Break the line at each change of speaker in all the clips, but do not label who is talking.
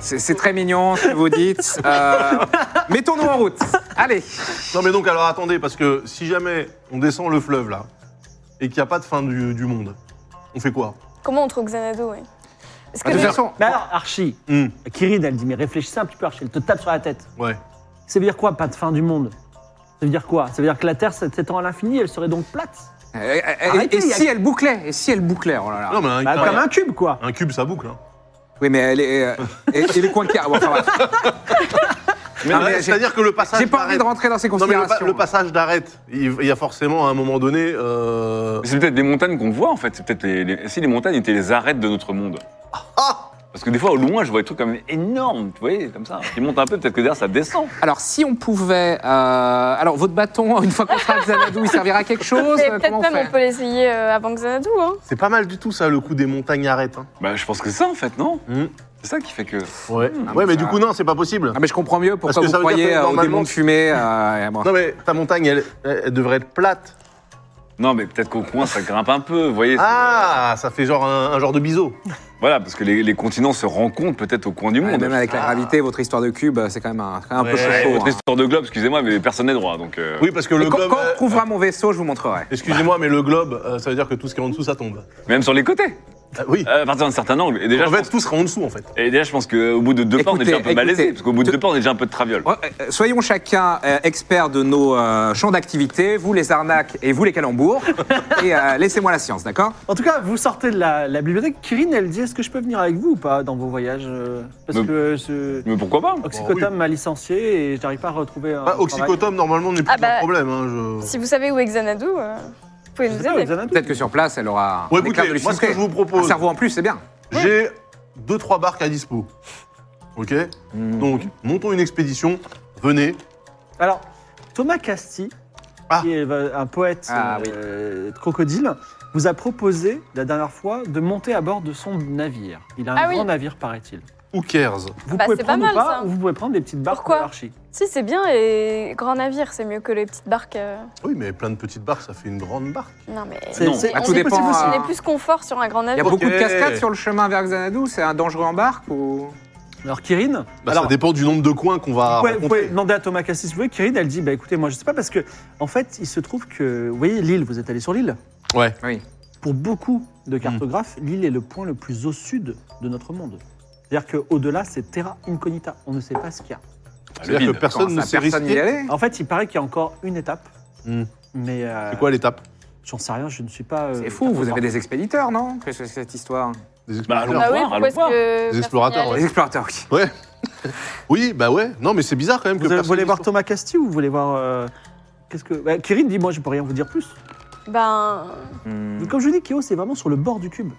C'est c'est très mignon ce que vous dites. Euh, Mettons-nous en route. Allez.
Non mais donc alors attendez, parce que si jamais on descend le fleuve là, et qu'il n'y a pas de fin du, du monde, on fait quoi
Comment on trouve Xanadu ouais Est-ce
Ah,
que
de
déjà-
toute façon,
Mais alors, Archie,
Hmm,
Kirin, elle dit, mais réfléchissez un petit peu, Archie, elle te tape sur la tête.
Ouais.
Ça veut dire quoi, pas de fin du monde Ça veut dire quoi Ça veut dire que la Terre s'étend à l'infini, elle serait donc plate
Euh, euh, et-
Arrêtez,
et
il y a-
si elle bouclait Et si elle bouclait Oh là là.
Non mais un,
Bah,
un-
Comme un cube, quoi.
un cube ça boucle. hein.
Oui, mais elle est. euh, et, et le coin qui a. bon, enfin, bref.
Mais
Non,
ouais,
mais j'ai-
C'est-à-dire que le passage
J'ai pas envie
d'arrête-
de rentrer dans ces
Non mais le, pa-
considérations.
le passage d'arrête, il il y a forcément à un moment donné... euh,
Mais C'est peut-être les montagnes qu'on voit en fait. C'est peut-être les, les- si les montagnes étaient les arêtes de notre monde.
Ah
Parce que des fois au loin, je vois des trucs comme énormes, vous voyez, comme ça. Qui montent un peu, peut-être que derrière ça descend.
Alors, si on pouvait. euh, alors, votre bâton, une fois qu'on sera à Xanadu, il servira à quelque chose
Mais
euh,
Peut-être
Comment on
même
fait
on peut l'essayer euh, avant Xanadu. Hein.
C'est pas mal du tout ça, le coup des montagnes arêtes. hein.
Bah, je pense que c'est ça en fait, non
Mm.
C'est ça qui fait que.
Ouais,
Ah,
ouais
mais
mais
ça-
du coup non, c'est pas possible.
Ah, mais je comprends mieux
Parce que
pourquoi vous
ça veut
croyez
dire que
euh, aux
normalement-
démons de fumée. euh, et moi.
Non mais ta montagne, elle, elle- elle devrait être plate.
Non, mais peut-être qu'au coin ça grimpe un peu, vous voyez. c'est-
Ah, ça fait genre un, un genre de biseau.
Voilà, parce que les, les continents se rencontrent peut-être au coin du
Ouais,
monde.
même avec la
Ah.
gravité, votre histoire de cube, c'est quand même un, quand même un peu
Ouais,
chaud. hein.
Votre histoire de globe, excusez-moi, mais personne n'est droit, donc. euh,
Oui, parce que le
quand,
globe...
quand on
euh,
trouvera mon vaisseau, je vous montrerai.
Excusez-moi, mais le globe, euh, ça veut dire que tout ce qui est en dessous, ça tombe.
Même sur les côtés,
Ah, oui.
euh, à partir d'un certain angle. Et déjà,
en
je
fait,
pense,
tout sera en dessous, en fait.
et déjà, je pense qu'au bout de deux pas, on est déjà un peu
Écoutez,
malaisé,
écoutez,
parce qu'au bout de
te-
deux pas, on est déjà un peu de traviole.
Ouais, euh, Soyons chacun euh, expert de nos euh, champs d'activité, vous les arnaques et vous les calembours. et euh, laissez-moi la science, d'accord
En tout cas, vous sortez de la, la bibliothèque. Kirin, elle dit Est-ce que je peux venir avec vous ou pas dans vos voyages euh, Parce
Mais- Oh,
que ce
Mais pourquoi pas
Oxycotome
Bah
m'a licencié et j'arrive pas à retrouver. Un
Bah, oxycotome, normalement, n'est plus
Ah
un
bah,
problème. hein, je-
Si vous savez où est Xanadu, euh, vous pouvez nous aider.
Peut-être
Peut-être
que sur place, elle aura
Bon,
un éclair
écoutez,
de
moi, ce que
lucidité.
je vous
Un
propose,
cerveau en plus, c'est bien.
j'ai deux, trois barques à dispo. OK
Mm.
Donc, montons une expédition. Venez.
Alors, Thomas Casti,
Ah.
qui est euh, un poète
Ah,
euh, de crocodile, vous a proposé la dernière fois de monter à bord de son navire. Il a un
Ah oui.
grand navire, paraît-il.
Who cares
Vous
Bah,
pouvez
c'est pas
prendre
mal,
ou pas,
ça.
ou vous pouvez prendre des petites barques
Pourquoi
de Archie.
Si, c'est bien, et grand navire, c'est mieux que les petites barques. euh.
Oui, mais plein de petites barques, ça fait une grande barque.
Non, mais.
C'est-
Non.
c'est-
Bah, tout
on est-
dépend,
on
euh,
est plus confort sur un grand
Il y a
navire.
Ok.
beaucoup de cascades sur le chemin vers Xanadu, c'est un dangereux en barque ou...
Alors, Kirin,
Bah,
alors,
ça dépend du nombre de coins qu'on va
vous, pouvez, vous
rencontrer.
pouvez demander à Thomas Casti si vous voulez. Kirin, elle dit bah, écoutez, moi, je sais pas, parce que, en fait, il se trouve que. Vous voyez, l'île, vous êtes allé sur l'île
Ouais. Hmm.
Oui.
Pour beaucoup de cartographes, l'île est le point le plus au sud de notre monde. C'est-à-dire qu'au-delà, c'est terra incognita. On ne sait pas ce qu'il y a.
Le
C'est-à-dire
vide.
que personne
Comment
ne
ça,
s'est
personne n'y
risqué.
allait
En fait, il paraît qu'il y a encore une étape.
Hmm.
Mais. euh,
C'est quoi l'étape
J'en sais rien, je ne suis pas. euh,
C'est fou, vous avez
cartographe.
des expéditeurs, non Qu'est-ce que c'est cette histoire
Des
Bah,
explorateurs
allons.
Bah oui,
voir, allons
pourquoi est-ce
voir.
que.
Les explorateurs,
Les explorateurs, oui.
Oui, bah ouais. Non, mais c'est bizarre quand même
Vous,
que
avez- vous voulez
personne
voir Thomas Casti ou vous voulez voir. euh, Qu'est-ce que. Bah, Kirin dit moi, je peux rien vous dire plus.
Ben.
Hmm.
Comme je vous dis, Kéo, c'est vraiment sur le bord du cube.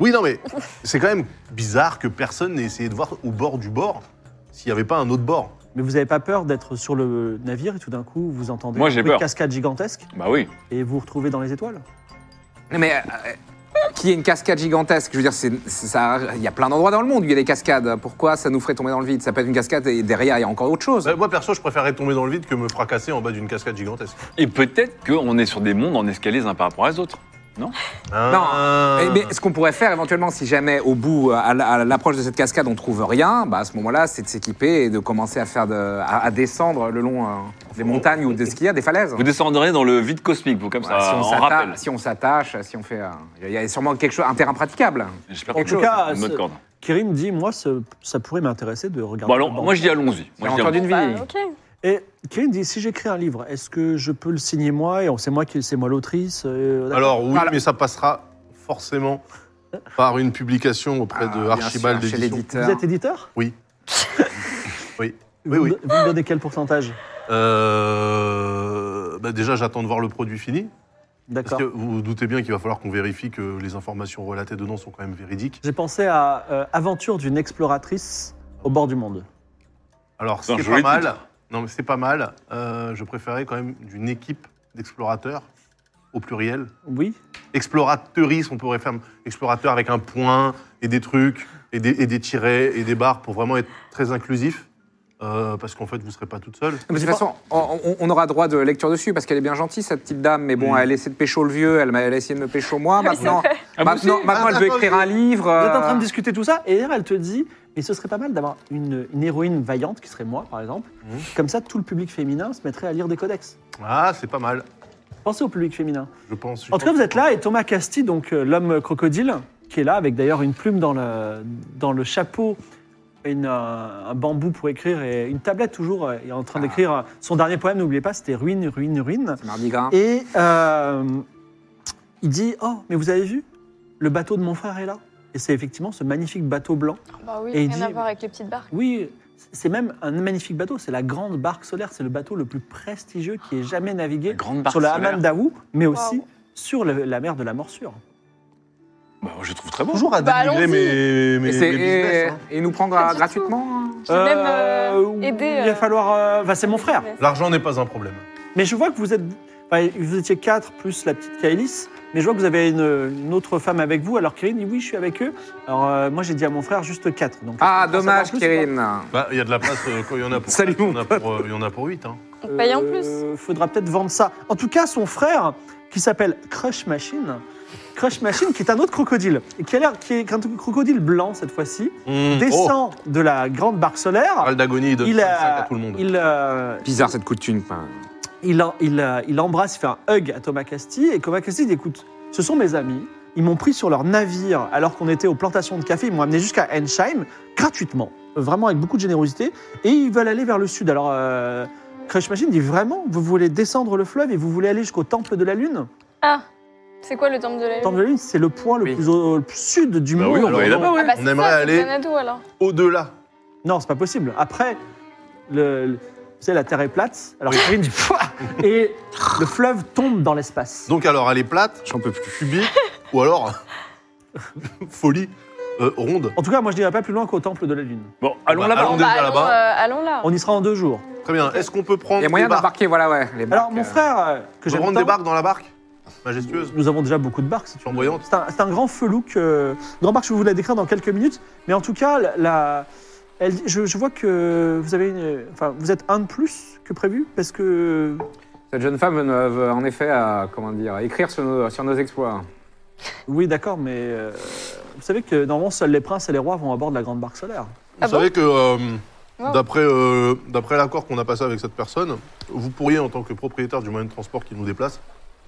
Oui, non, mais c'est quand même bizarre que personne n'ait essayé de voir au bord du bord s'il n'y avait pas un autre bord.
Mais vous n'avez pas peur d'être sur le navire et tout d'un coup, vous entendez
Moi,
un
j'ai
bruit de
peur.
cascade gigantesque
Bah oui.
et vous vous retrouvez dans les étoiles.
Non, Mais euh, qui est une cascade gigantesque, je veux dire, c'est- c'est- ça- il y a plein d'endroits dans le monde où il y a des cascades. Pourquoi ça nous ferait tomber dans le vide Ça peut être une cascade et derrière, il y a encore autre chose.
Bah, moi, perso, je préférerais tomber dans le vide que me fracasser en bas d'une cascade gigantesque.
Et peut-être qu'on est sur des mondes en escalier les uns par rapport aux autres.
Ah.
Eh, Mais ce qu'on pourrait faire éventuellement, si jamais au bout, euh, à la- à l'approche de cette cascade, on trouve rien, bah, à ce moment-là, c'est de s'équiper et de commencer à, faire de, à, à descendre le long euh, des montagnes ou de ce qu'il y a, des falaises.
Vous descendrez dans le vide cosmique, vous, comme
Voilà,
ça,
si, on
en
s'atta-
rappel.
si on s'attache, si on fait, euh, il y a sûrement quelque chose, un terrain praticable.
J'espère
En
quelque
tout
chose,
cas,
une
c'est-
autre corde.
Kirin dit moi, ce- ça pourrait m'intéresser de regarder.
Bon,
le
alors,
bord.
moi, je dis allons-y.
J'ai
Moi, je dis
entendu
allons-y.
une vie.
Bah, ok.
Et Kirin dit si j'écris un livre, est-ce que je peux le signer moi Et on sait moi qui c'est moi l'autrice. euh, d'accord.
Alors, oui,
Voilà.
mais ça passera forcément par une publication auprès
Ah,
de
bien
Archibald
sûr, chez
Éditions.
l'éditeur.
vous êtes éditeur
Oui.
Vous
Oui, oui.
me- Vous me donnez quel pourcentage
Euh, bah, déjà, j'attends de voir le produit fini. Parce
D'accord.
que vous vous doutez bien qu'il va falloir qu'on vérifie que les informations relatées dedans sont quand même véridiques.
J'ai pensé à euh, Aventure d'une exploratrice au bord du monde.
Alors,
un
c'est pas
joli
mal.
titre.
Non, mais c'est pas mal. Euh, je préférais quand même d'une équipe d'explorateurs, au pluriel.
Oui
Explorateurisme, on pourrait faire explorateur avec un point et des trucs et des, et des tirets et des barres pour vraiment être très inclusif. Euh, parce qu'en fait, vous ne serez pas toute seule.
Mais de toute façon, on, on- on aura droit de lecture dessus parce qu'elle est bien gentille, cette petite dame. Mais bon,
Oui.
elle essaie de pécho le vieux, elle, m'a- elle a essayé de me pécho moi. Maintenant,
Ah, vous
maintenant,
aussi
maintenant, elle veut
Ah,
écrire un livre.
Vous êtes en
euh,
train de discuter tout ça, et elle te dit Mais ce serait pas mal d'avoir une, une héroïne vaillante, qui serait moi, par exemple.
Mmh.
Mhm.
Comme ça, tout le public féminin se mettrait à lire des codex.
Ah, c'est pas mal,
Pensez au public féminin.
je pense. je
En tout cas,
pense.
vous êtes là, et Thomas Casti, donc euh, l'homme crocodile, qui est là, avec d'ailleurs une plume dans le, dans le chapeau, une, euh, un bambou pour écrire, et une tablette toujours, euh, et en train
Ah.
d'écrire euh, son dernier poème, n'oubliez pas, c'était Ruine, ruine, ruine.
C'est mardi hein. gras.
Et euh, il dit Oh, mais vous avez vu Le bateau de mon frère est là. Et c'est effectivement ce magnifique bateau blanc.
Bah oui,
Et il
rien à
dit-
voir avec les petites barques.
Oui, c'est même un magnifique bateau. C'est la grande barque solaire. C'est le bateau le plus prestigieux qui ait jamais navigué
grande barque
sur la
solaire.
Hammam d'Aou, mais aussi
Waouh.
sur le- la mer de la morsure.
Bah, je trouve très bon.
Bonjour à
Bah,
dénigrer
allons-y.
mes, mes,
Et, c'est-
mes
et-
business. hein.
et il nous prendra
Pas du
gratuitement hein.
Je vais même euh,
Euh,
aider.
Il va
euh,
falloir. euh, Enfin, c'est mon frère.
L'argent n'est pas un problème.
Mais je vois que vous êtes. enfin, vous étiez quatre plus la petite Kaelis, mais je vois que vous avez une, une autre femme avec vous. Alors Kyrine dit oui, je suis avec eux. Alors euh, moi j'ai dit à mon frère juste quatre. Donc,
Ah,
je pense
dommage,
avoir plus, c'est pas-
Kérine.
Bah, il y a de la place euh, quand il y en a pour.
Salut,
il y
mon
en a pour, euh, Il y en a pour 8. Hein.
On paye en plus.
Euh, Faudra peut-être vendre ça. En tout cas, son frère, qui s'appelle Crush Machine, Crush Machine, qui est un autre crocodile, et qui a l'air, qui est un crocodile blanc cette fois-ci,
Mmh. Oh,
descend de la grande barque solaire.
Parle d'agonie, il donne
Il,
5
a-
à tout le monde.
il, euh,
Bizarre cette coup de thune. quoi.
il, en- il, euh, il embrasse, il fait un hug à Thomas Casti, et Thomas Casti dit écoute, ce sont mes amis, ils m'ont pris sur leur navire alors qu'on était aux plantations de café, ils m'ont amené jusqu'à Ensheim, gratuitement, vraiment avec beaucoup de générosité, et ils veulent aller vers le sud. Alors, euh, Crush Machine dit vraiment, vous voulez descendre le fleuve et vous voulez aller jusqu'au temple de la Lune
Ah, c'est quoi le temple de la
Le temple de
lune
la Lune, c'est le point le
Oui.
plus au, le plus sud du
Bah
monde.
oui, on
Alors,
va aller
non.
là-bas.
Ah bah
On
c'est ça,
aimerait
c'est
aller-
Xanadu, alors.
Au-delà.
Non, c'est pas possible. Après, le, le- vous savez, la Terre est plate, alors Crush Machine dit Pouah et le fleuve tombe dans l'espace.
Donc, alors, elle est plate,
J'en peux plus.
cubique, ou alors. folie, euh, ronde.
En tout cas, moi je n'irai pas plus loin qu'au temple de la Lune.
Bon, allons
Bah,
Ah
là-bas.
allons
Bah,
déjà
allons,
là-bas.
euh, allons là.
On y sera en deux jours.
Très bien. Est-ce qu'on peut prendre.
Il y a moyen
des barques
d'embarquer, voilà, ouais. les
Alors,
barques,
mon
euh,
frère, euh, que
On peut
j'aime
prendre des
tant,
barques dans la barque Majestueuse.
nous avons déjà beaucoup de barques. si tu veux.
Flamboyante.
C'est un, c'est un grand felouque. euh, grand barque, je vais vous la décrire dans quelques minutes. Mais en tout cas, la, la- elle- je, je vois que vous, avez une, enfin, vous êtes un de plus que prévu parce que
Cette jeune femme veut, veut en effet, euh, comment dire, écrire sur nos, sur nos exploits.
Oui, d'accord, mais euh, vous savez que normalement, seuls les princes et les rois vont à bord de la grande barque solaire.
Ah
vous
bon
savez que euh,
Wow.
d'après euh, d'après l'accord qu'on a passé avec cette personne, vous pourriez, en tant que propriétaire du moyen de transport qui nous déplace,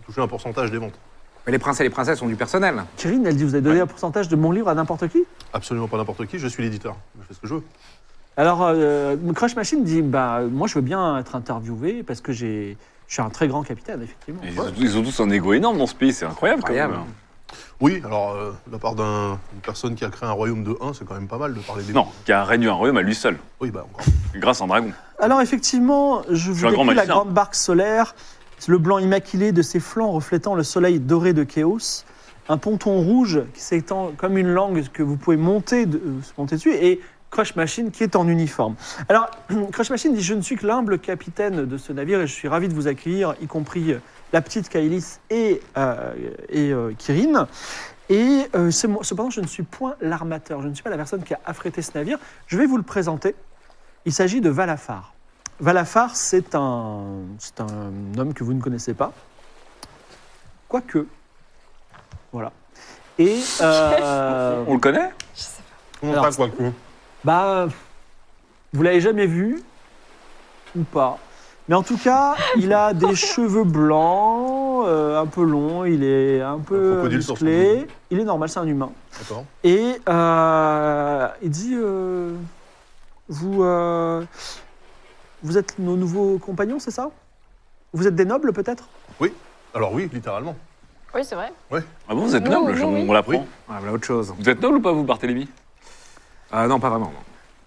toucher un pourcentage des ventes.
Mais les princes et les princesses ont du personnel.
Kirin, elle dit Vous avez donné un pourcentage de mon livre à n'importe qui
Absolument pas n'importe qui, je suis l'éditeur. Je fais ce que je veux.
Alors, euh, Crush Machine dit Bah, moi, je veux bien être interviewé parce que j'ai. Je suis un très grand capitaine, effectivement.
Ils ont, ils ont tous un égo énorme dans ce pays, c'est incroyable. quand
Incroyable.
même.
Oui, alors, euh, de la part d'un- d'une personne qui a créé un royaume de 1, c'est quand même pas mal de parler des
Non, qui a réduit un royaume à lui seul,
Oui, bah encore.
grâce à un dragon.
Alors effectivement, je vous
un grand
décris la
magicien.
grande barque solaire, le blanc immaculé de ses flancs reflétant le soleil doré de Chaos, un ponton rouge qui s'étend comme une langue que vous pouvez monter, de- euh, monter dessus, et Crush Machine qui est en uniforme. Alors Crush Machine dit « Je ne suis que l'humble capitaine de ce navire et je suis ravi de vous accueillir, y compris euh, la petite Kaelis et, euh, et euh, Kirin. Et euh, c'est moi- cependant, je ne suis point l'armateur, je ne suis pas la personne qui a affrété ce navire. Je vais vous le présenter. Il s'agit de Valafar. Valafar, c'est un, c'est un homme que vous ne connaissez pas. Quoique. Voilà. Et. euh,
On le connaît
Je sais pas.
On
Alors,
pas quoi que.
bah. Vous l'avez jamais vu Ou pas Mais en tout cas, il a des cheveux blancs, euh, un peu longs, il est un
Un
peu
crocodile sur son
musclé. Il est normal, c'est un humain.
D'accord.
Et euh, il dit euh, vous, euh, vous êtes nos nouveaux compagnons, c'est ça Vous êtes des nobles peut-être
Alors oui, littéralement.
Oui, c'est vrai.
Ah bon, vous êtes
Nous,
noble,
nous,
je-
oui.
on l'apprend.
Oui.
Ah, voilà autre chose.
Vous êtes noble ou pas, vous, Barthélemy
Euh, non, pas vraiment. non.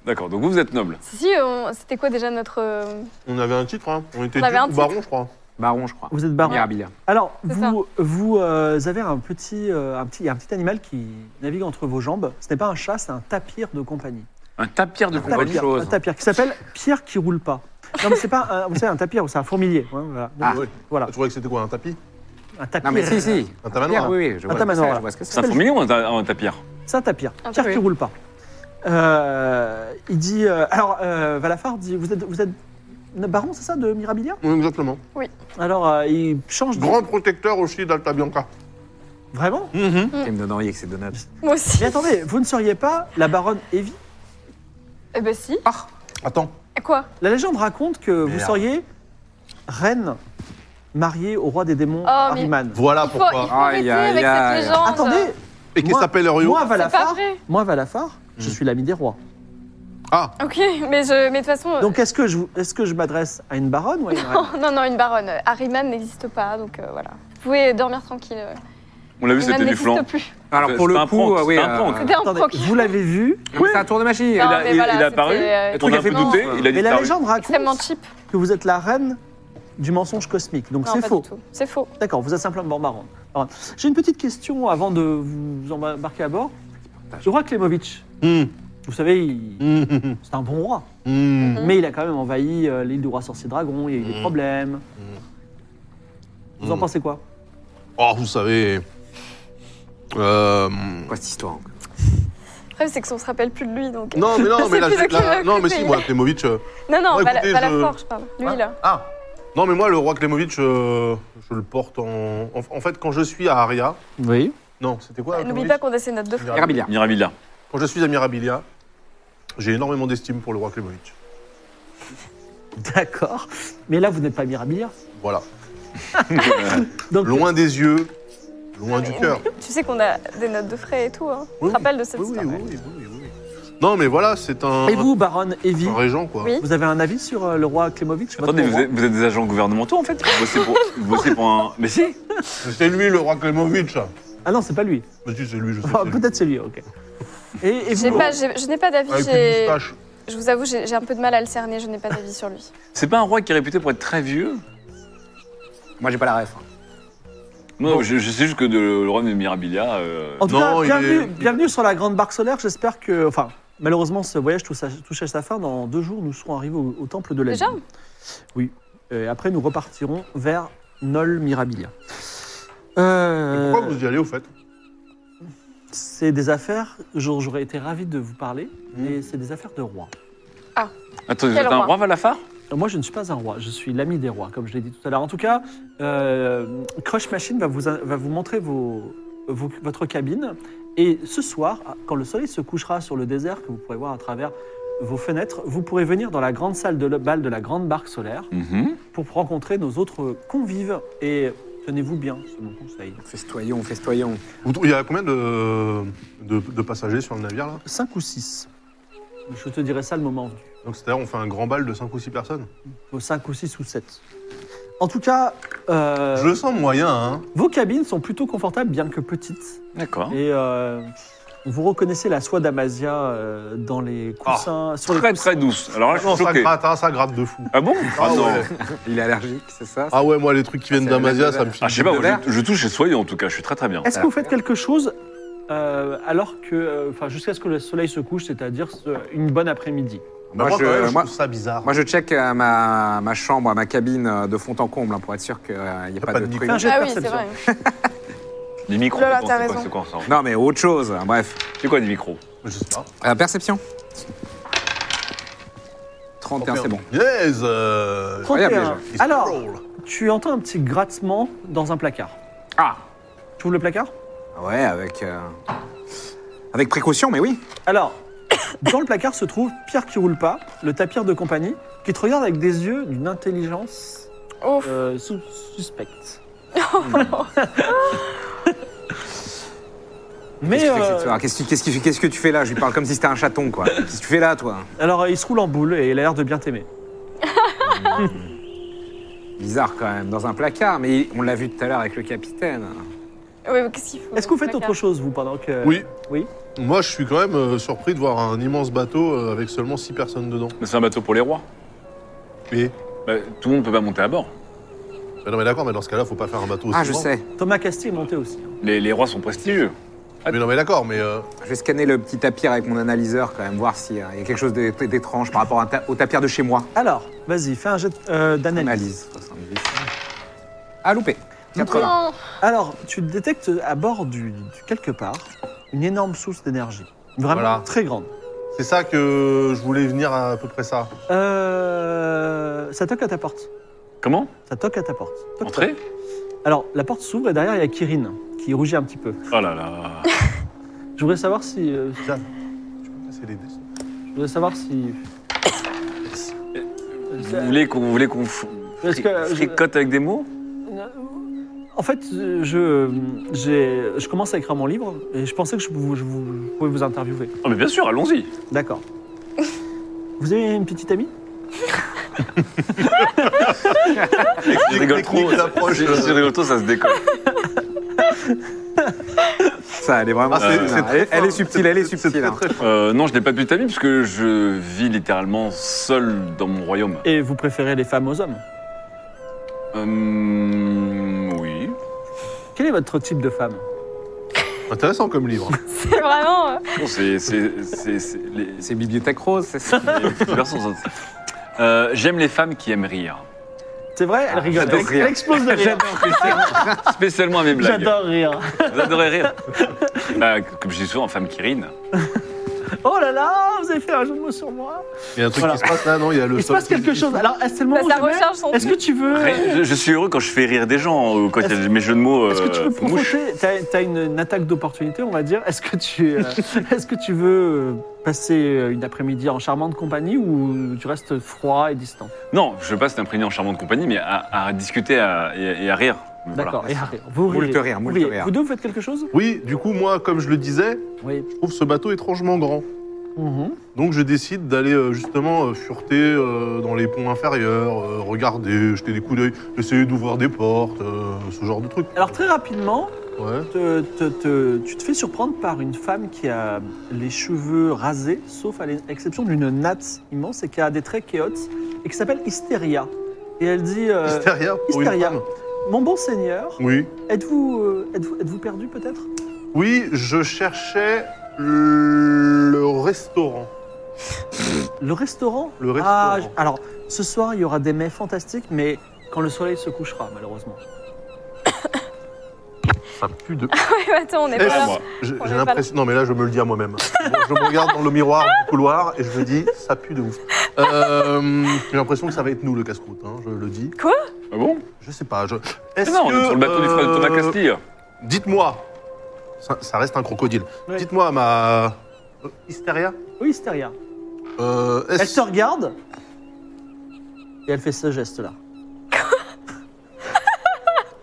D'accord, donc vous, vous êtes noble.
Si, si, on- c'était quoi déjà notre. euh,
On avait un titre, hein. On était
On avait
duc
un
ou
titre.
baron, je crois.
Baron, je crois.
Vous êtes baron.
Mirabilia.
Alors,
C'est ça.
vous, vous euh, avez un petit, euh, un petit, il y a un petit animal qui navigue entre vos jambes. Ce n'est pas un chat, c'est un tapir de compagnie.
Un tapir de
Un
compagnie.
tapir, un tapir qui s'appelle Pierre qui roule pas. Non, mais c'est pas, un, vous savez, un tapir, c'est un fourmilier. hein, voilà. Donc,
Ah. Ouais.
voilà,
Tu croyais que c'était quoi, un tapis
un tapir.
Non, mais si, si.
Un tamanoir
Oui, oui, je vois,
Un
ce que c'est,
tamanoir.
je vois ce que c'est.
C'est un fourmilion ou un, ta- un tapir
C'est un tapir.
Un
Pierre qui
tapir.
roule pas. Euh, il dit, euh, alors, euh, Valafar dit, vous êtes, vous êtes baron, c'est ça, de Mirabilia
Oui, exactement.
Alors, euh, il change de...
Grand protecteur aussi d'Alta Bianca.
Vraiment
Il me donne envie avec ses donuts.
Moi aussi.
Mais attendez, vous ne seriez pas la baronne Evie
Eh ben si.
Ah.
Eh,
Attends,
Quoi
La légende raconte que vous
Merde.
seriez reine mariée au roi des démons
Oh, mais-
Ahriman.
voilà
Il faut, il faut
Ah, pourquoi.
Aïe,
arrêter
aïe,
avec
aïe.
cette légende.
Attendez,
Et qui
Moi-
s'appelle Rio.
moi
pas
Valafar,
vrai.
moi Valafar, je
Oh, Hmm.
suis l'ami des rois.
Ah,
Ok, mais, je, mais de toute façon. euh,
Donc est-ce que je est-ce que je m'adresse à une baronne ou à une reine
Non, non, une baronne. Harryman n'existe pas, donc euh, voilà. Vous pouvez dormir tranquille. euh.
On l'a vu,
Harryman
c'était du flan.
n'existe plus.
Alors,
C'est
pour
un
le
prank,
coup, euh, oui.
c'est un
euh,
prank.
C'était un
Attendez,
proc.
vous l'avez vu,
C'est un tour de magie.
Non,
il a-
mais
il-
voilà,
il est apparu,
c'était, euh,
Le
On
truc
a
a
un peu
fait douter.
douté, il
mais la
a disparu.
légende
extrêmement
raconte
cheap.
que vous êtes la reine du mensonge cosmique. Donc
Non,
c'est
pas
faux.
du tout. C'est faux.
D'accord, vous êtes simplement baron. baron. J'ai une petite question avant de vous embarquer à bord. Le roi Klemovic,
Hum,
vous savez,
Mm.
il-
hum, hum,
c'est un bon roi.
hum.
Mhm.
Mais il a quand même envahi euh, l'île du roi sorcier dragon, il y a eu des
Mm.
Mhm.
problèmes. Vous en
Mhm.
pensez quoi
Oh, vous savez. Euh,
Quoi, cette histoire encore
Le problème, c'est qu'on se rappelle plus de lui, donc.
Non, mais non,
C'est
mais là,
plus
j'ai-
de quel
là- non, mais si,
côté.
moi, Klemovic. euh,
Non, non,
Ouais,
Vala-
écoutez,
Valafort,
je-
je parle. Lui, là.
Ah Non, mais moi, le roi Klemovic, euh, je le porte en... en. en fait, quand je suis à Aria.
Oui.
Non, c'était quoi
Euh, N'oublie
Klemovic
pas qu'on a ses notes de frais.
Mirabilia.
Mirabilia.
Quand je suis à Mirabilia, j'ai énormément d'estime pour le roi Klemovic.
D'accord. Mais là, vous n'êtes pas Mirabilia.
Voilà.
Donc,
Loin des yeux, loin
Euh,
du cœur.
Tu sais qu'on a des notes de frais et tout, hein. Tu
Oui,
te rappelles de cette
Oui, oui,
histoire
oui, oui, oui, oui. Non, mais voilà, c'est un.
Mm.
et vous, baronne Evie,
un régent, quoi.
Oui.
vous avez un avis sur euh, le roi Klemovic votre
Attendez, vous
roi
êtes, vous êtes des agents gouvernementaux en fait Vous bossez pour, vous bossez pour un. Mais si
C'est lui, le roi Klemovic.
Ah non, c'est pas lui.
Mais si, c'est lui, je sais.
Ah,
c'est lui.
Peut-être c'est lui, ok. Et, et
J'ai
vous, Ah,
pas, j'ai- je n'ai pas d'avis.
Avec Ah, une
j'ai-
moustache.
Je vous avoue, j'ai j'ai un peu de mal à le cerner. Je n'ai pas d'avis sur lui.
C'est pas un roi qui est réputé pour être très vieux
Moi, j'ai pas la ref. hein.
Non, je, je sais juste que de- le roi de Mirabilia. euh,
En tout
Non,
cas,
il
Oh, bienvenue,
est-
bienvenue sur la grande barque solaire. J'espère que. Enfin, malheureusement, ce voyage touche à, touche à sa fin. Dans deux jours, nous serons arrivés au, au temple de la
Déjà
Lune. Oui. euh, Et après, nous repartirons vers Nol Mirabilia. Euh,
Pourquoi vous y allez, au fait
c'est des affaires. j'aurais j'aurais été ravi de vous parler,
Hmm.
mais c'est des affaires de roi.
Attendez, vous
Quel
êtes un
roi
roi Valafar
Moi, je ne suis pas un roi, je suis l'ami des rois, comme je l'ai dit tout à l'heure. En tout cas, euh, Crush Machine va vous, va vous montrer vos, vos- votre cabine. Et ce soir, quand le soleil se couchera sur le désert, que vous pourrez voir à travers vos fenêtres, vous pourrez venir dans la grande salle de bal de la grande barque solaire
Mhm.
pour rencontrer nos autres convives. Et tenez-vous bien, c'est mon conseil.
Festoyons, festoyons.
Vous trou- Il y a combien de, de, de passagers sur le navire, là
5 ou 6 Je te dirai ça le moment venu.
Donc, c'est-à-dire, on fait un grand bal de 5 ou 6 personnes
5 ou 6 ou 7. En tout cas, euh,
Je le sens moyen, hein.
vos cabines sont plutôt confortables, bien que petites.
D'accord.
Et euh, vous reconnaissez la soie d'Amazia euh, dans les
Ah,
coussins, sur les
Très
coussins.
très douce. Alors là, je
Non,
suis
ça
choqué.
gratte, hein, ça gratte de fou.
Ah bon Ah non.
ouais.
Il est allergique, c'est ça
Ah ouais, moi, les trucs qui viennent
c'est la
d'Amazia,
blague de
ça me
verre.
file.
Ah, je sais
des
pas,
boules.
De
moi, je, je touche et soyez en tout cas, je suis très très bien.
Est-ce que vous faites quelque chose euh, alors que, euh, enfin, jusqu'à ce que le soleil se couche, c'est-à-dire ce- une bonne après-midi
Bah, moi,
Moi,
quand même, je
Ah, je- moi-
trouve ça bizarre.
Moi, je check euh, ma, ma chambre, ma cabine euh, de fond en comble hein, pour être sûr qu'il n'y a pas,
pas
de,
de
truc.
Fais un jet de
Ah oui, c'est
perception.
vrai.
Les micros,
Lola,
c'est
t'as
quoi-
raison.
c'est quoi ça
Non, mais autre chose. hein, Bref.
C'est quoi des micros
Je sais pas.
Euh, perception 31, c'est bon.
Yes euh,
Incroyable,
31.
les
it's
Alors,
roll.
tu entends un petit grattement dans un placard.
Ah
Tu ouvres le placard
Ouais, avec. euh, Avec précaution, mais oui.
Alors, dans le placard se trouve Pierre qui roule pas, le tapir de compagnie, qui te regarde avec des yeux d'une intelligence
Ouf.
euh, sous- suspecte. Mais
Qu'est-ce que c'est que
euh,
ce soir Qu'est-ce que- qu'est-ce que- qu'est-ce que tu fais là Je lui parle comme si c'était un chaton, quoi. Qu'est-ce que tu fais là, toi
alors euh, il se roule en boule et il a l'air de bien t'aimer.
Bizarre quand même, dans un placard, mais on l'a vu tout à l'heure avec le capitaine.
Ouais, mais qu'est-ce qu'il faut
Est-ce que vous faites
Mmh, D'accord.
autre chose, vous, pendant que.
Oui.
Oui.
Moi, je suis quand même euh, surpris de voir un immense bateau euh, avec seulement 6 personnes dedans.
Mais c'est un bateau pour les rois.
Et
Bah, tout le monde peut pas monter à bord.
bah non, mais d'accord, mais dans ce cas-là, faut pas faire un bateau aussi
Ah, je
grand.
sais.
Thomas Castille est monté aussi. hein.
Les, les rois sont prestigieux.
Mais non, mais d'accord, mais euh,
Je vais scanner le petit tapir avec mon analyseur quand même, voir s'il y a quelque chose d'é- d'étrange par rapport à un ta- au tapir de chez moi.
Alors, vas-y, fais un jet euh, d'analyse.
Analyse. 70. Ah, loupé. 80.
Non,
Alors, tu détectes à bord du, du- quelque part une énorme source d'énergie. Vraiment
Voilà.
très grande.
c'est ça que je voulais venir à, à peu près ça.
Euh, ça toque à ta porte.
Comment
Ça toque à ta porte. Toc, toc.
Entrez
Alors, la porte s'ouvre et derrière, il y a Kirin qui rougit un petit peu.
Oh là là.
Je voudrais savoir si. euh,
C'est les dés.
je voudrais savoir si.
Vous voulez qu'on vous voulez qu'on f-
Est-ce que-
fri- fricote avec des mots
En fait, euh, je, j'ai- je commence à écrire mon livre et je pensais que je, vous- je vous- je pouvais vous interviewer.
Oh mais bien sûr, allons-y.
D'accord. Vous avez une petite amie
Je rigole trop.
Technique d'approche,
Si-
euh.
si je rigole trop, ça se décolle.
Ça, elle est vraiment.
Ah, c'est-
subtile,
c'est
hein.
très
elle, elle est
fort.
subtile, elle est
C'est- c'est
subtile.
très,
hein.
très fort.
Euh, non, je n'ai pas de ami parce que je vis littéralement seul dans mon royaume.
Et vous préférez les femmes aux hommes
Euh, oui.
Quel est votre type de femme
Intéressant comme livre.
c'est vraiment. euh,
Bon, c'est c'est c'est c'est les,
C'est bibliothèque rose, c'est ça
les petites personnes, ça. Euh, J'aime les femmes qui aiment rire.
C'est vrai Elle
Ah,
rigole.
j'adore
Elle,
rire.
elle explose de rire.
Spécialement à mes blagues.
J'adore rire.
Vous adorez rire. Bah, comme je dis souvent, femme qui rine.
Oh là là, vous avez fait un jeu de mots sur moi.
Il y a un truc
Voilà.
qui se passe là, non Il y a le
Il se
sol
passe
qui-
quelque chose. Alors, est-ce que c'est le moment
Bah,
où
ça
je mets
recharge son-
Est-ce que tu veux
Je, je suis heureux quand je fais rire des gens ou quand il y a mes jeux de mots.
Est-ce que
euh,
tu peux
font mouche.
profiter T'as t'as une, une attaque d'opportunité, on va dire. Est-ce que tu, euh, est-ce que tu veux euh, passer euh, une après-midi en charmante compagnie ou tu restes froid et distant
Non, je passe d'imprégner en charmante compagnie, mais à, à discuter à- et, et à rire. Voilà.
D'accord. Et arrête. Vous
Moult
rirez.
rire,
Vous
moult
riez.
rire.
Vous deux, vous faites quelque chose
Oui, du coup, moi, comme je le disais,
Oui.
je trouve ce bateau étrangement grand.
Mhm.
Donc je décide d'aller euh, justement euh, fureter euh, dans les ponts inférieurs, euh, regarder, jeter des coups d'œil, essayer d'ouvrir des portes, euh, ce genre de truc.
Alors très rapidement,
Ouais.
te- te- te- tu te fais surprendre par une femme qui a les cheveux rasés, sauf à l'exception d'une natte immense et qui a des traits kéotes et qui s'appelle Hystéria. Et elle dit euh,
Hystéria pour une
Hystéria.
femme.
Mon bon seigneur,
Oui.
êtes-vous euh, êtes-vous êtes-vous perdu peut-être
Oui, je cherchais le le restaurant.
Le restaurant
Le
Ah,
restaurant.
j- alors, ce soir, il y aura des mets fantastiques, mais quand le soleil se couchera, malheureusement.
Ça pue de...
ouais, attends, on est pas
Eh,
Ah,
là.
moi.
J'ai
ben, On est
j'ai
pas
l'impression... Non mais là, je me le dis à moi-même. Bon, je me regarde dans le miroir du couloir et je me dis, ça pue de ouf. Euh, J'ai l'impression que ça va être nous, le casse-croûte, hein, je le dis.
Ah bon
Je sais pas, je... Est-ce
Non, on est sur le bateau du frère de Thomas
euh,
Castille.
Dites-moi, ça, ça reste un crocodile.
Ouais.
Dites-moi, ma euh, hystéria,
Oui, Hystéria.
euh,
Elle
est-ce
te regarde et elle fait ce geste-là.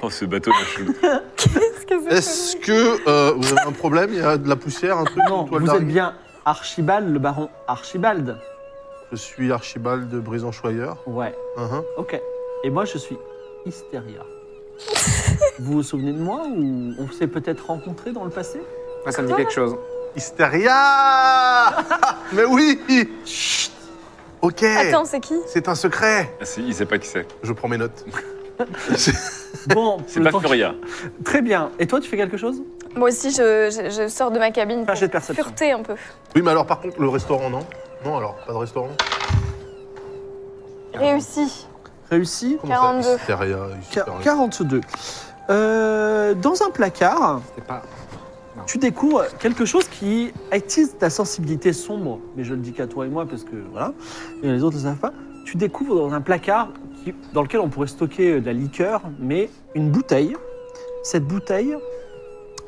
Oh, ce bateau de chelou.
Qu'est-ce que c'est que-
est-ce que euh, vous avez un problème Il y a de la poussière, un truc
Non,
une toile
vous êtes
d'araignée
bien Archibald, le baron Archibald.
Je suis Archibald de Brisanchoyeur. Uh-huh.
Ouais,
Uhum.
ok. Et moi, je suis Hystéria. vous vous souvenez de moi ou on s'est peut-être rencontrés dans le passé
Moi, ça me dit quelque chose.
Hystéria Mais oui
Chut
Ok
Eh.
Attends, c'est qui
C'est un secret
Ah, si, il sait pas qui c'est.
Je prends mes notes.
Bon,
C'est
le
pas
temps-
Furia.
Très bien. Et toi, tu fais quelque chose
Moi aussi, je, je- je sors de ma cabine
Pas
pour
jet Ah, de perception.
fureter un peu.
Oui, mais alors par contre, le restaurant, non Non, alors, pas de restaurant
Réussi.
Réussi
Comment ça,
42.
Hystéria, hystéria.
42. Euh, dans un placard,
C'est pas.
Tu découvres quelque chose qui attise ta sensibilité sombre, mais je le dis qu'à toi et moi parce que voilà, et les autres ne le savent pas. Tu découvres dans un placard qui- dans lequel on pourrait stocker de la liqueur, mais une bouteille. Cette bouteille,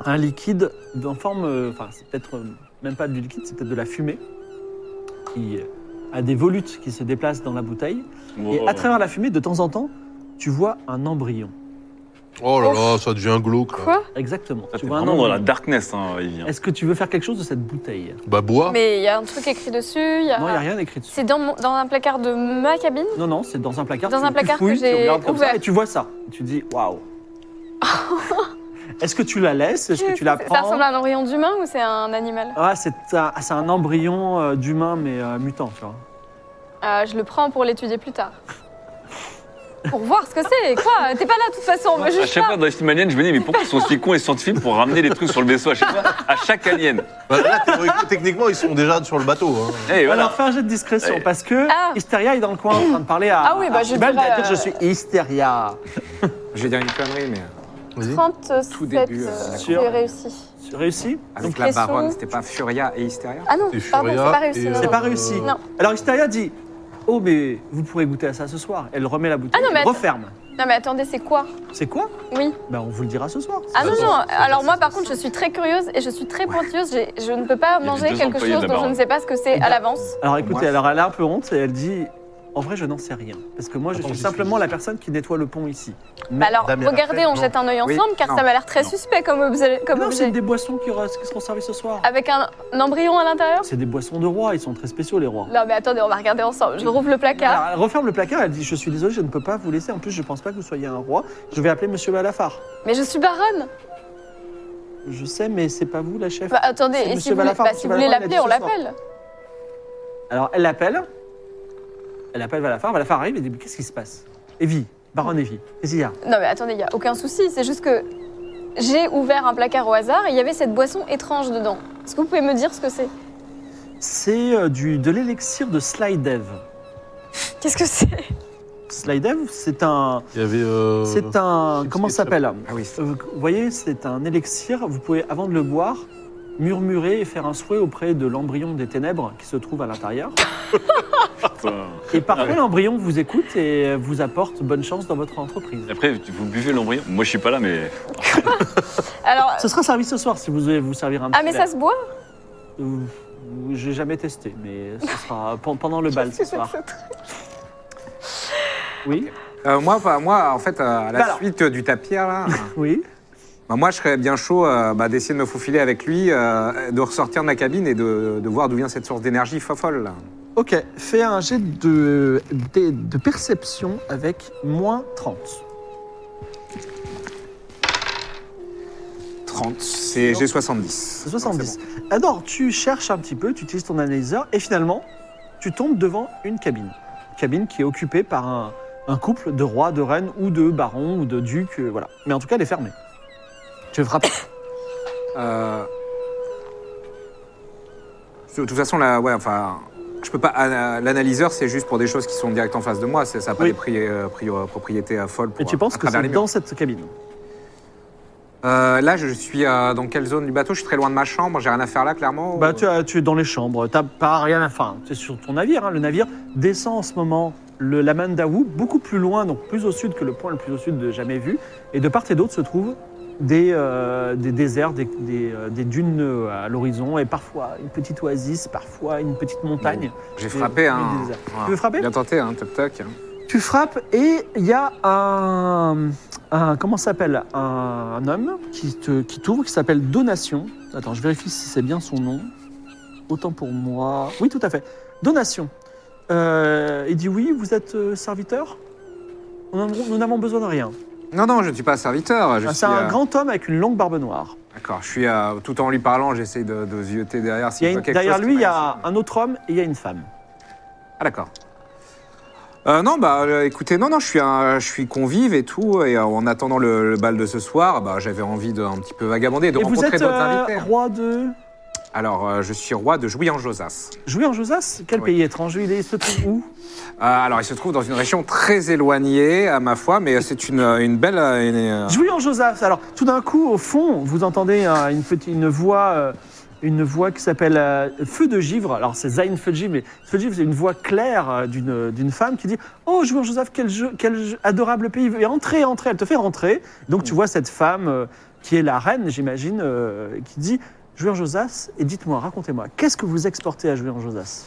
a un liquide en forme, euh, enfin c'est peut-être euh, même pas du liquide, c'est peut-être de la fumée qui euh, a des volutes qui se déplacent dans la bouteille. Et
Wow.
à travers la fumée, de temps en temps, tu vois un embryon.
Oh là là, ça devient glauque. là.
Quoi
Exactement.
Ah,
tu
T'es
vois un
vraiment dans la
embryon.
darkness, hein, Evie. hein.
Est-ce que tu veux faire quelque chose de cette bouteille
Bah, bois.
Mais il y a un truc écrit dessus. il Y a...
Non, il n'y a rien écrit dessus.
C'est dans, mon- dans un placard de ma cabine
Non, non, c'est dans un placard.
Dans
Tu-
un
tu
placard que
fouilles, tu
j'ai
regardes comme ça
ouvert.
Et tu vois ça. Et tu dis, waouh. Est-ce que tu la laisses Est-ce que tu la
Ça
prends
ressemble à un embryon d'humain ou c'est un animal
Ah, c'est un, c'est un embryon euh, d'humain, mais euh, mutant, tu vois.
Euh, Je le prends pour l'étudier plus tard. Pour voir ce que c'est, quoi T'es pas là de toute façon, mais
À
juste
chaque
là.
fois dans les films aliens, je me dis, mais pourquoi ils sont si cons et scientifiques pour ramener les trucs sur le vaisseau à chaque fois À chaque alien.
Bah, là, théoriquement- techniquement, ils sont déjà sur le bateau. hein.
Et
Alors
Eh, voilà.
fais un jet de discrétion,
Ouais.
parce que
Ah.
Hysteria est dans le coin en train de parler à.
Ah oui, bah, je
Archibald et à
dirais,
dire, je
euh,
suis Hysteria.
Je vais dire une connerie, mais.
Vas-y.
37,
Tout début, euh,
euh,
sûr.
j'ai réussi.
Tu réussis
Avec
Donc,
la
les
baronne,
sons-
c'était pas Furia et Hysteria
Ah non,
C'est
pardon, c'est
Furia
pas réussi.
et,
non,
euh,
C'est
non.
pas réussi.
Non.
Alors Hysteria dit Oh, mais vous pourrez goûter à ça ce soir. Elle remet la bouteille,
Ah non, mais
elle
attends.
referme.
Non mais attendez, c'est quoi
C'est quoi
Oui.
Ben, on vous le dira ce soir.
Ah non,
ça,
non,
ça,
alors
ça,
moi
ça,
par
ça.
contre je suis très curieuse et je suis très pointilleuse, J'ai- je ne peux pas
y a
manger
deux
quelque
employés
chose
de
dont
la
je
baronne.
ne sais pas ce que c'est à l'avance.
Alors écoutez,
Moi.
alors elle est un peu honte et elle dit En vrai, je n'en sais rien. Parce que moi, je
Attends,
suis
j'y suis,
simplement
j'y
la
suis.
personne qui nettoie le pont ici.
Bah alors
Dame, elle a
regardez,
fait-
on
non.
jette un œil
Oui,
ensemble car
non,
ça m'a l'air très
non.
suspect comme objet. Comme Ah
non, c'est
objet.
des boissons qui, re- qui seront servies ce soir.
Avec un, un embryon à l'intérieur
C'est des boissons de roi, ils sont très spéciaux, les rois.
Non mais attendez, on va regarder ensemble. Je rouvre le placard.
Alors, elle referme le placard, elle dit Je suis désolée, je ne peux pas vous laisser. En plus, je ne pense pas que vous soyez un roi. Je vais appeler monsieur Malafar.
Mais je suis baronne
Je sais, mais c'est pas vous la chef.
Bah attendez,
C'est
et si vous,
monsieur
voulez-
Balafard,
bah,
monsieur
si vous voulez
Balafard, il
l'appeler,
a
on
dit ce soir.
l'appelle.
Alors elle l'appelle. Elle appelle Valafar. Valafar arrive et dit Mais Qu'est-ce qui se passe Evie, baronne Evie, qu'est-ce qu'il y a
Non mais attendez, il n'y a aucun souci, c'est juste que j'ai ouvert un placard au hasard et il y avait cette boisson étrange dedans. Est-ce que vous pouvez me dire ce que c'est
C'est euh, du- de l'élixir de Slydev.
Qu'est-ce que c'est
Slydev, c'est un.
Il y avait. euh,
C'est un.
c'est-
Comment
c'est-
ça s'appelle
Ah oui, c'est-
Euh, Vous voyez, c'est un élixir. Vous pouvez, avant de le boire, murmurer et faire un souhait auprès de l'embryon des ténèbres qui se trouve à l'intérieur.
euh,
Et parfois, l'embryon vous écoute et vous apporte bonne chance dans votre entreprise.
Et Après, tu- vous buvez l'embryon. Moi, je suis pas là, mais.
Alors.
Ce sera servi ce soir si vous voulez vous servir un petit
Ah mais
verre.
ça se boit
Euh, J'ai jamais testé, mais ce sera pen- pendant le bal ce soir. Oui,
Euh, moi, bah, moi, en fait, euh, à la
Bah alors.
suite euh, du tapir, là, euh,
oui.
bah, moi, je serais bien chaud euh, bah, d'essayer de me faufiler avec lui, euh, de ressortir de ma cabine et de, de voir d'où vient cette source d'énergie fofolle. là.
Ok, fais un jet de, de, de perception avec moins 30.
30, c'est j'ai 70.
C'est
Donc,
70.
Ah, c'est
Alors, tu cherches un petit peu, tu utilises ton analyseur et finalement, tu tombes devant une cabine. Cabine qui est occupée par un, un couple de rois, de reines ou de barons ou de ducs, euh, voilà. Mais en tout cas, elle est fermée. Tu frappes.
bon. Euh, De toute façon, là, ouais, enfin, je peux pas. euh, L'analyseur, c'est juste pour des choses qui sont direct en face de moi. c'est- Ça n'a pas
Oui.
des pri- euh, pri- euh, propriétés euh, folles. Pour,
Et tu
euh,
penses
à
que
travers
c'est
les murs.
dans cette cabine
Euh, Là, je suis euh, dans quelle zone du bateau Je suis très loin de ma chambre. J'ai rien à faire là, clairement.
Bah,
ou-
tu, as- tu es dans les chambres, t'as pas rien à faire. Tu es sur ton navire. hein. Le navire descend en ce moment le, la Mandawu, beaucoup plus loin, donc plus au sud que le point le plus au sud de jamais vu. Et de part et d'autre se trouvent des, euh, des déserts, des, des, euh, des dunes euh, à l'horizon, et parfois une petite oasis, parfois une petite montagne.
J'ai
Et-
frappé
et
un.
des déserts.
Voilà.
Tu veux frapper
Bien tenté, hein, toc toc.
Tu frappes et il y a un, un- comment ça s'appelle un, un homme qui te qui t'ouvre qui s'appelle Donation. Attends, je vérifie si c'est bien son nom. Autant pour moi. Oui, tout à fait. Donation. Euh, il dit oui, vous êtes euh, serviteur. Nous n'avons- nous n'avons besoin de rien.
Non, non, je ne suis pas serviteur. Je
Ah,
suis,
C'est un
euh,
grand homme avec une longue barbe noire.
D'accord, je suis euh, tout en lui parlant, j'essaie de, de zioter derrière.
Il y
s'il
a une-
voit quelque
derrière
chose
lui,
qui
il y a
m'intéresse.
un autre homme et il y a une femme.
Ah, d'accord. Euh, non, bah euh, écoutez, non, non, je suis, un, je suis convive et tout, et euh, en attendant le, le bal de ce soir, bah, j'avais envie d'un petit peu vagabonder, de
et vous
rencontrer
êtes
d'autres
euh,
invités.
roi de
Alors, euh, je suis roi de Jouy-en-Josas.
jouer en Josas. Quel
Oui.
pays étranger il est Il se trouve où
Euh, alors, il se trouve dans une région très éloignée, à ma foi, mais c'est une, euh, une belle... euh, une, euh,
Ah. Jouis en Joseph. Alors, tout d'un coup, au fond, vous entendez euh, une, petite, une voix. euh, une voix qui s'appelle euh, Feu de Givre. Alors, c'est Zayn Feu de Givre, mais Feu de Givre, c'est une voix claire euh, d'une d'une femme qui dit Oh, joueur Joseph, quel, jeu- quel jeu- adorable pays. Et entrez, entrez. Elle te fait rentrer. Donc, tu vois cette femme euh, qui est la reine, j'imagine, euh, qui dit Joueur Josas, et dites-moi, racontez-moi, qu'est-ce que vous exportez à Joueur Josas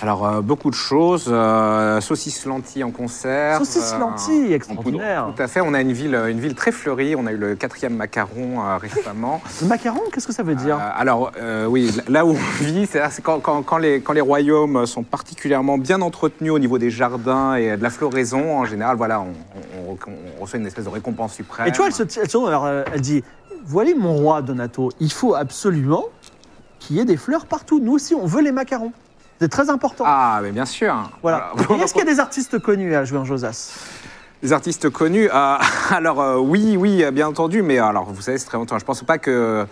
Alors, euh, beaucoup de choses. Euh, saucisses lentilles en concert.
Saucisse lentille, extraordinaire.
Tout à fait. On a une ville, une ville très fleurie. On a eu le quatrième macaron euh, récemment.
Le macaron, qu'est-ce que ça veut dire
Euh, alors, euh, oui, là où on vit, c'est-à-dire, c'est quand, quand- quand les, quand les royaumes sont particulièrement bien entretenus au niveau des jardins et de la floraison, en général, voilà, on, on- on reçoit une espèce de récompense suprême.
Et tu vois, elle se, elle se tourne, alors, euh, elle dit voilà mon roi Donato, il faut absolument qu'il y ait des fleurs partout. Nous aussi, on veut les macarons. C'est très important.
Ah, mais bien sûr.
Voilà.
Alors,
Et Est-ce qu'il y a des artistes connus à jouer en Josas
Des artistes connus euh, Alors euh, oui, oui, euh, bien entendu, mais alors vous savez, c'est très longtemps. Je pense pas que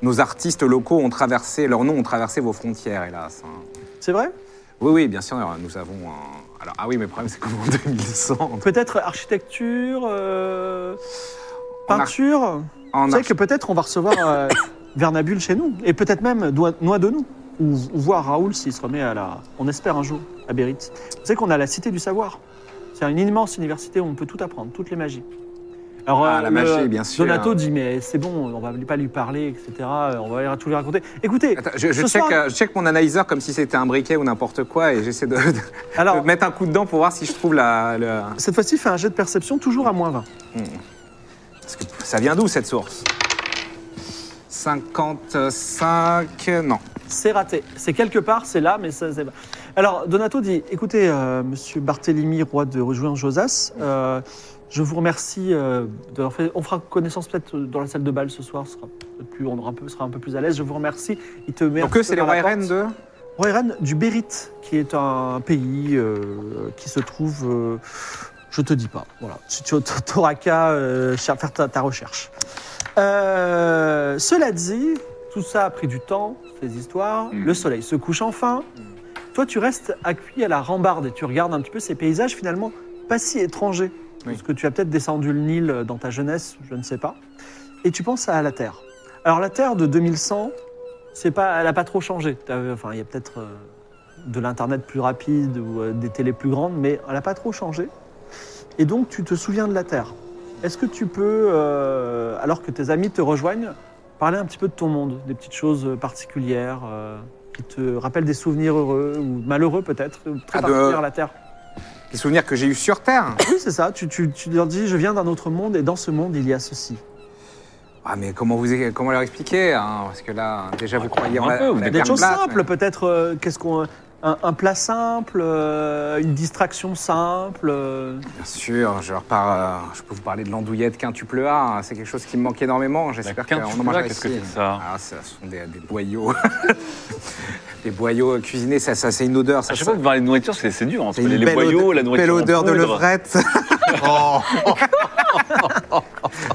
nos artistes locaux ont traversé, leurs noms ont traversé vos frontières, hélas. hein.
C'est vrai
Oui, oui, bien sûr, nous avons un- Alors, ah oui, mais le problème, c'est qu'en 2100...
Peut-être architecture, euh,
En ar-
peinture.
En
Vous savez
archi-
que peut-être on va recevoir euh, Vernabule chez nous, et peut-être même Doi- Noix de nous, ou, ou voir Raoul s'il se remet à la. On espère un jour, à Bérit. Vous savez qu'on a la Cité du Savoir. C'est une immense université où on peut tout apprendre, toutes les magies. Alors, euh,
Ah, la magie, bien sûr.
Donato dit Mais c'est bon, on va pas lui parler, etc. euh, On va tout lui raconter. Écoutez,
Attends, je, je
ce
check,
soir-
euh, je check mon analyseur comme si c'était un briquet ou n'importe quoi et j'essaie de, de
alors,
mettre un coup dedans pour voir si je trouve la... le-
cette fois-ci, fais un jet de perception, toujours à moins 20.
Parce que ça vient d'où, cette source 55... Non.
C'est raté. C'est quelque part, c'est là, mais ça, c'est pas. Alors, Donato dit écoutez, euh, monsieur Barthélemy, roi de rejoindre Josas, euh, je vous remercie. euh, d'avoir fait- on fera connaissance peut-être euh, dans la salle de bal ce soir, ce sera peut-être plus, on aura un peu, sera un peu plus à l'aise. Je vous remercie. Il te met un
Donc
petit
eux,
peu
c'est les
par la
rois
porte.
RN de...
Roy Ren du Bérite, qui est un pays euh, qui se trouve. euh, je te dis pas. Voilà. Tu tu- t'auras qu'à euh, cher- faire ta, ta recherche. Euh, cela dit, tout ça a pris du temps, ces histoires.
Mm.
Le soleil se couche enfin. Toi, tu restes accueilli à la rambarde et tu regardes un petit peu ces paysages finalement pas si étrangers.
Oui.
Parce que tu as peut-être descendu le Nil dans ta jeunesse, je ne sais pas. Et tu penses à la Terre. Alors la Terre de 2100, c'est pas, elle n'a pas trop changé. T'as- Enfin, il y a peut-être euh, de l'internet plus rapide ou euh, des télés plus grandes, mais elle n'a pas trop changé. Et donc, tu te souviens de la Terre. Est-ce que tu peux, euh, alors que tes amis te rejoignent, parler un petit peu de ton monde, des petites choses particulières euh, qui te rappellent des souvenirs heureux ou malheureux peut-être, ou très
Ah, de-
particuliers à la Terre
Les souvenirs que j'ai eus sur Terre
Oui, c'est ça. Tu, tu- tu leur dis, je viens d'un autre monde et dans ce monde, il y a ceci.
Ah mais comment vous comment leur expliquer hein, Parce que là, déjà vous croyez en
un
la,
peu, vous
la
dites
Des
carte
choses
plate,
simples, peut-être. euh, Qu'est-ce qu'on un, un plat simple, euh, une distraction simple. euh.
mais Bien sûr, je, leur parle, euh, je peux vous parler de l'andouillette quintuple A, hein, c'est quelque chose qui me manque énormément,
La
j'espère qu'on en
quintuple,
mangera
qu'est-ce que
ici.
c'est que ça
Ah, ça ce sont des, des boyaux. des boyaux euh, cuisinés, ça, ça c'est une odeur,
Ah,
ça,
Je sais
ça-
pas, vous parlez de nourriture, c'est c'est dur. Entre
c'est une
les, les
belle
boyaux,
odeur-
la nourriture.
belle
en
odeur de
poudre.
levrette.
Oh,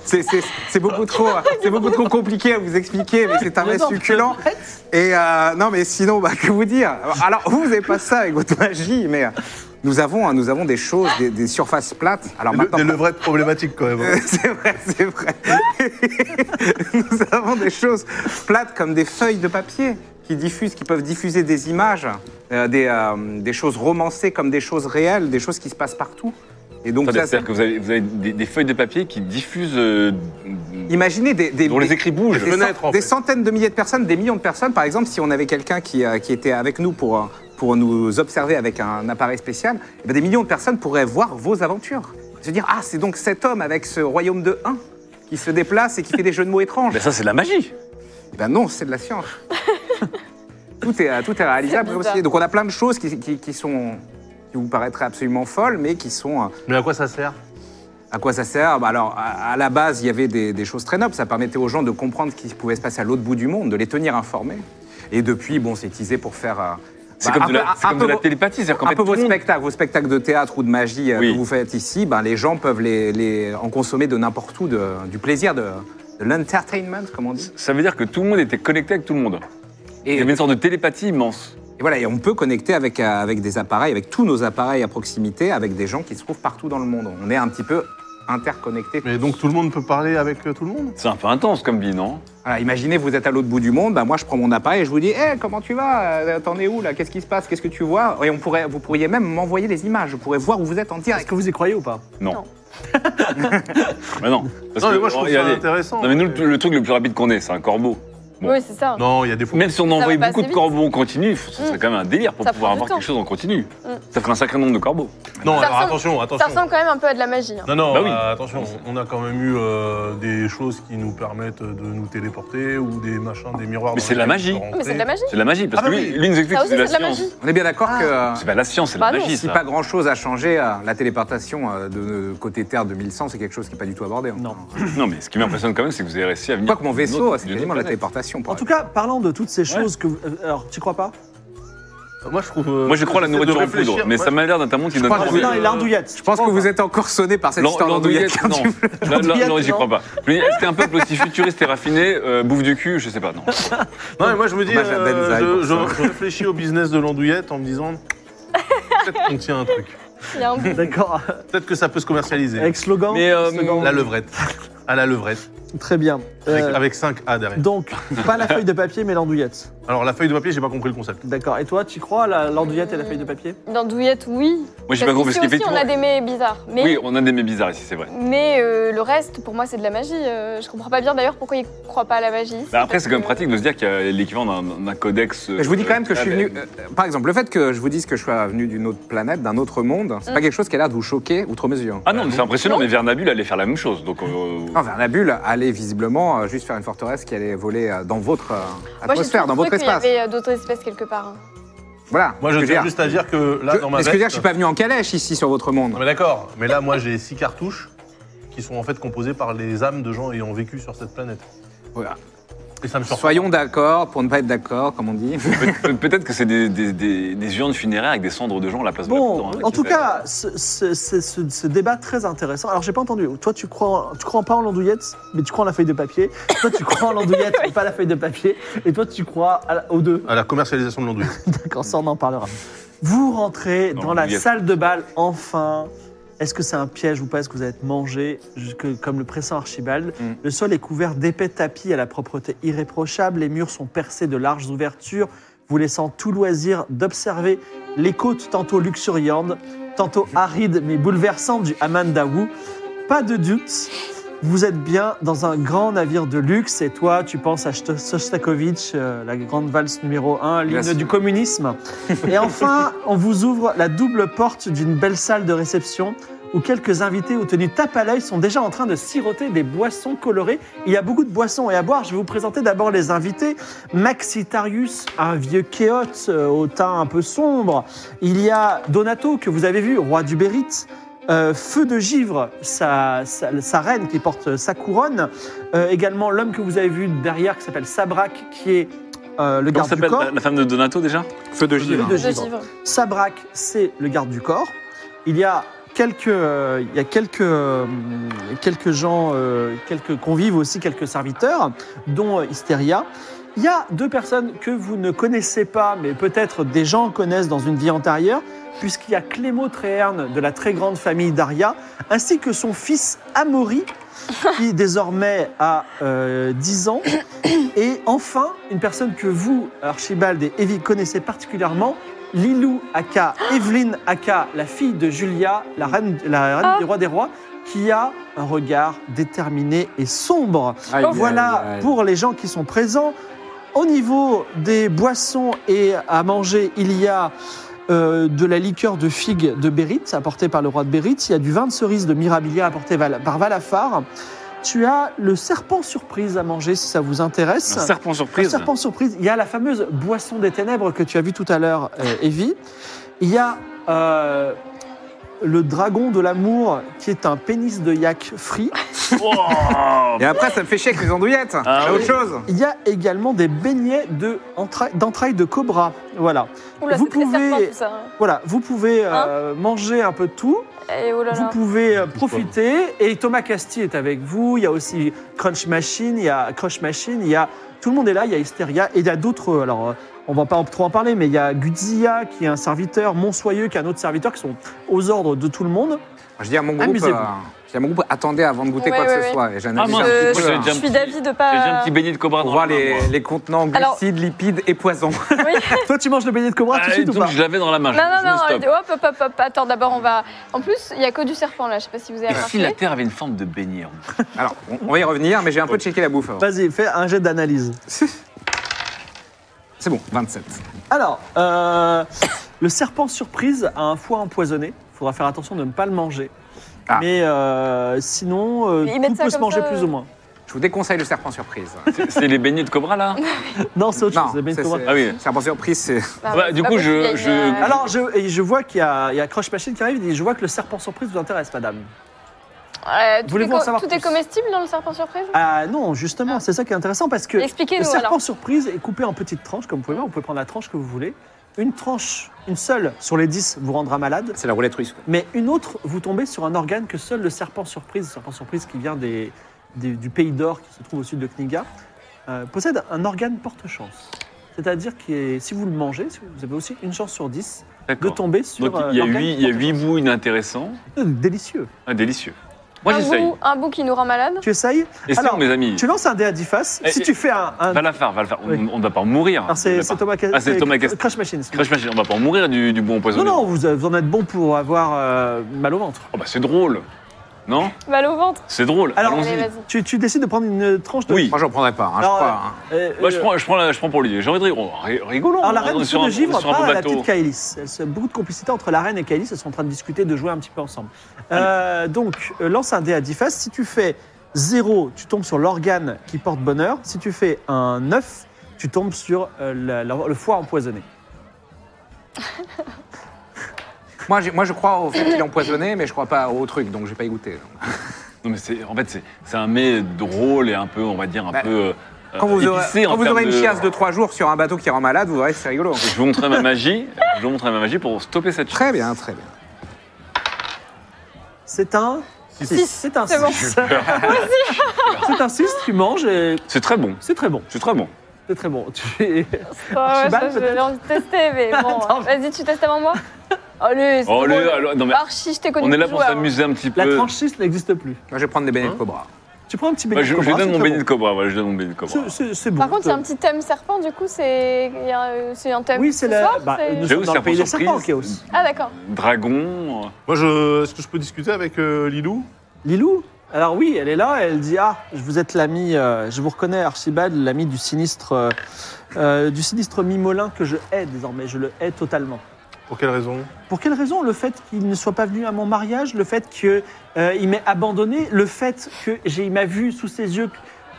C'est- C'est c'est beaucoup trop, c'est beaucoup trop compliqué à vous expliquer, mais c'est un vrai
J'adore.
succulent. Et euh, non, mais sinon, bah, que vous dire Alors, vous n'avez pas ça avec votre magie, mais euh, nous avons, hein, nous avons des choses, des, des surfaces plates. Alors
le, des
maintenant,
levrettes problématiques quand même. hein.
c'est vrai, c'est vrai. nous avons des choses plates comme des feuilles de papier qui diffusent, qui peuvent diffuser des images, euh, des, euh, des choses romancées comme des choses réelles, des choses qui se passent partout. Et donc,
Attendez,
ça, c'est-
C'est-à-dire que vous avez, vous avez des, des feuilles de papier qui diffusent. euh,
imaginez des, des-
dont les écrits bougent.
des,
fenêtres,
cent-
en
des
fait.
centaines de milliers de personnes, des millions de personnes. Par exemple, si on avait quelqu'un qui, euh, qui était avec nous pour, euh, pour nous observer avec un appareil spécial, eh ben, des millions de personnes pourraient voir vos aventures. Se dire, ah, c'est donc cet homme avec ce royaume de 1 qui se déplace et qui fait des jeux de mots étranges.
Ben ça, c'est de la magie.
Eh ben non, c'est de la science. tout, est, euh, tout est réalisable.
C'est
aussi.
bizarre.
Donc on a plein de choses qui, qui- qui sont qui vous paraîtraient absolument folles, mais qui sont... euh,
Mais à quoi ça sert
à quoi ça sert Bah Alors, à, à la base, il y avait des, des choses très nobles. Ça permettait aux gens de comprendre ce qui pouvait se passer à l'autre bout du monde, de les tenir informés. Et depuis, bon, c'est utilisé pour faire. euh,
C'est
bah,
comme
un
de
peu-
la, c'est
un
comme
peu
de la
vos-
télépathie. C'est-à-dire qu'en
un
fait,
peu
tout
vos
le monde-
spectacles, vos spectacles de théâtre ou de magie euh,
Oui.
que vous faites ici, ben, les gens peuvent les, les- en consommer de n'importe où, de- du plaisir, de, de l'entertainment, comme on dit.
Ça veut dire que tout le monde était connecté avec tout le monde. Il y
Et,
avait une sorte de télépathie immense.
et voilà, et on peut connecter avec, euh, avec des appareils, avec tous nos appareils à proximité, avec des gens qui se trouvent partout dans le monde. On est un petit peu interconnectés.
Mais donc tout le monde peut parler avec euh, tout le monde
C'est un peu intense comme vie, non
Voilà, imaginez, vous êtes à l'autre bout du monde, bah moi je prends mon appareil et je vous dis, hé, comment tu vas Euh, T'en es où là Qu'est-ce qui se passe Qu'est-ce que tu vois Et on pourrait, vous pourriez même m'envoyer les images, je pourrais voir où vous êtes en
Est-ce
direct.
que vous y croyez ou pas
Non.
Non.
Bah non. Parce
Non,
que-
mais moi je trouve ça
regardez.
intéressant.
Non, mais nous, le, le truc le plus rapide qu'on ait, c'est un corbeau. Bon.
Oui, c'est ça.
Non, il y a des faux.
Même si on envoyait
va passer
beaucoup de
vite.
corbeaux en continu, ça serait
Mm.
quand même un délire pour
Ça
pouvoir
prend du
avoir quelque
temps.
chose en continu.
Mm.
Ça ferait un sacré nombre de corbeaux.
Non,
Ça
alors
ressemble-
attention,
Ça
attention.
ressemble quand même un peu à de la magie. hein.
Non, non,
Bah oui.
euh, attention, on a quand même eu euh, des choses qui nous permettent de nous téléporter ou des machins, des miroirs.
Mais
dans
c'est de la
lesquels on
magie.
peut
Oui, Mais c'est de la magie.
C'est de la magie, parce
Ah
que
bah
lui,
oui.
lui, il nous explique
Ça
que
aussi,
c'est de la
c'est de la
science.
magie.
On est bien d'accord que euh,
C'est pas de la science, c'est de
Bah
la
non.
magie,
si
ça.
pas grand chose a changé, euh, la téléportation euh, de côté Terre 2100, c'est quelque chose qui n'est pas du tout abordé. hein.
Non.
Non, mais ce qui m'impressionne quand même, c'est que vous avez réussi à venir.
Pas que mon
d'une
vaisseau,
autre-
c'est
d'une
quasiment
autre
la
planète.
téléportation. pour
En tout
elle.
cas, parlant de toutes ces choses que. vous- euh, Alors, tu crois pas
Ah,
Moi, je trouve.
Euh,
euh,
Moi, je crois à la nourriture en poudre, mais ça m'a l'air d'un monde qui donne
crois
envie.
que-
Non, et l'andouillette.
euh, je pense que vous êtes encore sonné par cette
L'an-
histoire d'andouillette.
l'andouillette, non. Là, là, Non, j'y
non.
crois pas. Je me dis, C'était un peuple aussi futuriste et raffiné, euh, bouffe du cul, je sais pas, non.
Non, mais moi, je me dis,
Dommage à
euh,
Denzel
je,
pour
je- je réfléchis au business de l'andouillette en me disant. Peut-être qu'on tient un truc.
Il y a un bout.
D'accord.
Peut-être que ça peut se commercialiser.
Avec slogan.
Mais, euh,
slogan.
La levrette. À la levrette.
Très bien.
Avec,
Euh,
avec 5 A derrière.
donc, pas la feuille de papier, mais l'andouillette.
Alors, la feuille de papier, j'ai pas compris le concept.
D'accord. Et toi, tu crois à la- l'andouillette et la feuille de papier
Dans Douillette, oui.
Moi, j'ai pas compris ce
qu'ici
qu'il fait.
aussi, on a des mets bizarres. Mais,
Oui, on a des mets bizarres ici, c'est vrai.
mais euh, le reste, pour moi, c'est de la magie. Euh, je comprends pas bien d'ailleurs pourquoi ils croient pas à la magie.
Bah, après, c'est quand même
Parce que-
pratique de se dire qu'il y a l'équivalent d'un- d'un codex. euh,
Je vous dis quand même que je suis
euh,
venu. euh, par exemple, le fait que je vous dise que je sois venu d'une autre planète, d'un autre monde, c'est
Mm.
pas quelque chose qui a l'air de vous choquer outre mesure.
Ah non, mais c'est impressionnant,
Non.
mais Vernabule allait faire la même chose. Donc, euh,
Non, Vernabule allait visiblement euh, juste faire une forteresse qui allait voler euh, dans votre euh,
Moi, j'ai
atmosphère, dans votre
trouvé qu'il y
espace.
avait euh, d'autres espèces quelque part. hein.
Voilà.
Moi,
ce
je
que veux
tiens
dire.
juste à dire que là,
Je-
dans ma
mais ce que je veux dire, je
veste-
suis pas venu en calèche ici sur votre monde.
Non mais d'accord, mais là moi j'ai six cartouches qui sont en fait composées par les âmes de gens ayant vécu sur cette planète.
Voilà.
Et ça me surprend.
Soyons d'accord pour ne pas être d'accord, comme on dit.
peut- peut-être que c'est des, des, des- des urnes funéraires avec des cendres de gens à la place de la
Bon,
poudre, hein,
en
qui
tout
fait-
cas, ce, ce- ce- ce- ce débat très intéressant. Alors, j'ai pas entendu. Toi, tu crois, en- tu crois pas en l'andouillette, mais tu crois en la feuille de papier. Toi, tu crois en l'andouillette, mais pas la feuille de papier. Et toi, tu crois à la- aux deux.
À la commercialisation de l'andouillette.
D'accord, ça, on en parlera. Vous rentrez
Non,
dans la
l'andouillette.
salle de bal, enfin. Est-ce que c'est un piège ou pas Est-ce que vous allez être mangé jusque- comme le pressant Archibald
Mm.
Le sol est couvert d'épais tapis à la propreté irréprochable. Les murs sont percés de larges ouvertures, vous laissant tout loisir d'observer les côtes tantôt luxuriantes, tantôt arides mais bouleversantes du Amandawu. Pas de doute, vous êtes bien dans un grand navire de luxe et toi, tu penses à Sto- Sostakovich, euh, la grande valse numéro 1, l'hymne
Bien sûr.
du communisme. Et enfin, on vous ouvre la double porte d'une belle salle de réception où quelques invités aux tenues tape à l'œil sont déjà en train de siroter des boissons colorées. Il y a beaucoup de boissons et à boire. Je vais vous présenter d'abord les invités. Maxitarius, un vieux kéote euh, au teint un peu sombre. Il y a Donato, que vous avez vu, roi du Bérite. Euh, Feu de Givre, sa, sa- sa reine qui porte euh, sa couronne. Euh, également l'homme que vous avez vu derrière qui s'appelle Sabrak, qui est euh, le
Comment
garde du
s'appelle
corps.
la, la femme de Donato déjà
Feu de
givre.
De
givre.
givre.
Sabrak, c'est le garde du corps. Il y a quelques, euh, il y a quelques, euh, quelques gens, euh, quelques convives aussi, quelques serviteurs, dont euh, Hysteria. Il y a deux personnes que vous ne connaissez pas, mais peut-être des gens connaissent dans une vie antérieure, puisqu'il y a Clément Tréherne de la très grande famille d'Aria, ainsi que son fils Amaury, qui désormais a euh, 10 ans. Et enfin, une personne que vous, Archibald et Evie, connaissez particulièrement, Lilou Aka, Evelyn Aka, la fille de Julia, la reine, la reine
Ah.
du roi des rois, qui a un regard déterminé et sombre.
Aïe, aïe,
Voilà
aïe.
pour les gens qui sont présents. Au niveau des boissons et à manger, il y a euh, de la liqueur de figue de Bérite, apportée par le roi de Bérite. Il y a du vin de cerise de Mirabilia, apporté val- par Valafar. Tu as le serpent surprise à manger, si ça vous intéresse.
Un serpent
Un
surprise.
serpent surprise. Il y a la fameuse boisson des ténèbres que tu as vue tout à l'heure, euh, Evie. Il y a euh, le dragon de l'amour, qui est un pénis de yak frit.
Wow
Et après, ça me fait chier avec les andouillettes.
Ah
C'est
oui.
autre chose.
Il y a également des beignets de entra- d'entrailles de cobra. Voilà.
Oula,
Vous
c'est très
pouvez-
serpent tout ça. hein.
Voilà, vous pouvez euh, manger un peu de tout,
Et oh là
vous
là.
pouvez euh, profiter et Thomas Casti est avec vous, il y a aussi Crunch Machine, il y a Crush Machine, il y a tout le monde est là, il y a Hysteria et il y a d'autres euh, alors euh, on va pas en- trop en parler mais il y a Guzia qui est un serviteur, Monsoyeux qui est un autre serviteur qui sont aux ordres de tout le monde.
Je dis à mon groupe,
Amusez-vous.
euh, je dis à mon groupe, attendez avant de goûter
Ouais,
quoi que
ouais,
ce
ouais.
soit. Et
Ah
j'analyse
mince,
un
Euh,
moi,
petit peu,
j'avais
hein,
déjà
Je
un
suis
petit-
d'avis de
J'ai déjà
pas.
un petit beignet de cobra
pour
dans
voir
la main,
les,
Ah, moi.
les contenants
Alors-
glucides, lipides et poisons.
Toi tu manges le beignet de cobra tout
Ah,
de suite ou
donc
pas
je l'avais dans la main.
Non, non, euh,
je me
non,
stoppe.
hop, hop, hop, hop, attends, d'abord on va. En plus, il y a que du serpent là, je sais pas si vous avez
Et si la
remarqué.
Terre avait une forme de beignet en fait
Alors, on, on va y revenir, mais j'ai un peu checké la bouffe. avant.
Vas-y, fais un jet d'analyse.
C'est bon, 27.
Alors, euh, le serpent surprise a un foie empoisonné. faudra faire attention de ne pas le manger.
Ah.
Mais euh, sinon, euh,
Ils mettent
tout
ça
peut se
comme
manger
ça,
plus
euh,
ou moins.
Je vous déconseille le serpent surprise.
C'est- C'est les beignets de Cobra là
Non, c'est autre
non,
chose. c'est bien
ça,
pour-
c'est-
Ah oui.
serpent surprise, c'est.
Bah,
Bah,
c'est
du
pas
coup,
possible,
je-
il y a une,
je-
euh,
Alors, je, et je vois qu'il y a, il y a Crush Machine qui arrive et dit, je vois que le serpent surprise vous intéresse, madame.
euh, tout, est,
Voulez-vous en
co-
savoir
tout est
plus
comestible dans le serpent surprise
Ah non, justement, c'est ça qui est intéressant parce que le
Expliquez-nous
serpent
alors.
surprise est coupé en petites tranches, comme vous pouvez voir. Vous pouvez prendre la tranche que vous voulez. Une tranche, une seule sur les 10 vous rendra malade.
C'est la roulette russe. quoi.
Mais une autre, vous tombez sur un organe que seul le serpent surprise, le serpent surprise qui vient des, des- du pays d'or qui se trouve au sud de Kniga, euh, possède un organe porte-chance. C'est-à-dire que si vous le mangez, si vous avez aussi une chance sur 10 de
D'accord.
tomber sur
Donc il y a
euh, l'organe
huit- il y a huit
porte-chance.
bouts inintéressants.
Euh, Délicieux.
Ah, délicieux. Moi
un,
j'essaye.
bout, un bout qui nous rend malade
Tu essayes
Essayons
Alors,
mes amis.
Tu lances un dé à 10 faces.
Eh,
Si
eh,
tu fais un. un-
Va la faire, va le faire.
Oui.
On, on va pas en mourir.
Alors, c'est
Va
c'est
pas-
Thomas Cas-
Ah, c'est Thomas Cas-
Crash Machines. excuse-moi.
Crash Machine, on va pas en mourir du, du bon
Non,
empoisonné.
non, vous, euh, vous en êtes bon pour avoir euh, mal au ventre.
Oh, bah, c'est drôle. Non
Mal au ventre
C'est drôle.
Alors,
Allons-y.
Allez, vas-y. Oh,
Tu, tu décides de prendre une tranche de.
Oui.
Moi, j'en prendrais pas, hein,
Alors,
je
euh,
crois. hein.
euh,
Moi, je
euh,
prends, je prends, la- je prends pour lui. J'ai envie de rire. Oh, ri- rigolons.
Alors la
hein,
reine
sur
sur de
un-
givre
sur un
parle à la
bateau.
petite Kaelis. Elle se- Beaucoup de complicité entre la reine et Kaelis. Elles sont en train de discuter, de jouer un petit peu ensemble. Euh, donc euh, lance un dé à 10 faces. Si tu fais 0, tu tombes sur l'organe qui porte bonheur. Si tu fais un 9, tu tombes sur euh, la- la- le foie empoisonné.
Moi, j'ai- moi, je crois au fait qu'il est empoisonné, mais je crois pas au truc, donc j'ai pas y goûté.
Non, mais c'est- en fait, c'est- c'est un mets drôle et un peu, on va dire, un
Bah,
peu. euh,
Quand vous aurez, quand vous aurez une
chasse
chiasse de 3 jours sur un bateau qui rend malade, vous verrez que c'est rigolo.
Je vous montrerai ma magie. Je vous montrerai ma magie pour stopper cette chasse.
Très bien, très bien.
C'est un
Six.
six. C'est un
C'est bon.
6. C'est un 6, tu manges et
C'est très bon.
c'est très bon.
C'est très bon.
C'est très bon. Tu-
Ah ouais,
Archibald,
ça, J'avais envie de tester, mais bon.
Attends.
Vas-y, tu testes avant moi Allez, c'est
Oh,
drôle.
le- alors, non, mais
Archie, je t'ai connu
on est là
plus
pour
joueur.
s'amuser un petit
La
peu.
tranche 6 n'existe plus.
Moi, je vais prendre des beignets de cobra.
Tu prends un petit
Bah,
béni
je,
de
je
cobra,
donne
c'est
mon
très
béni de
bon.
cobra. Voilà, je donne mon béni de cobra.
C'est- c'est- C'est bon. Euh,
Par contre, il y a un petit thème serpent, du coup, c'est il y a, euh, c'est un thème.
Oui, c'est
ce
la.
soir,
bah,
c'est-
nous
J'ai
sommes
aussi
dans le
serpent
pays des serpents,
surprise.
Chaos.
Ah, d'accord.
Dragon. euh,
Moi, je... est-ce que je peux discuter avec euh, Lilou
Lilou Alors oui, elle est là, elle dit Ah, je vous êtes l'ami, euh, je vous reconnais Archibald, l'ami du sinistre euh, euh, du sinistre Mimolin que je hais désormais, je le hais totalement.
Pour quelle raison
Pour quelle raison Le fait qu'il ne soit pas venu à mon mariage, le fait qu'il m'ait abandonné, le fait que j'ai il m'a vu sous ses yeux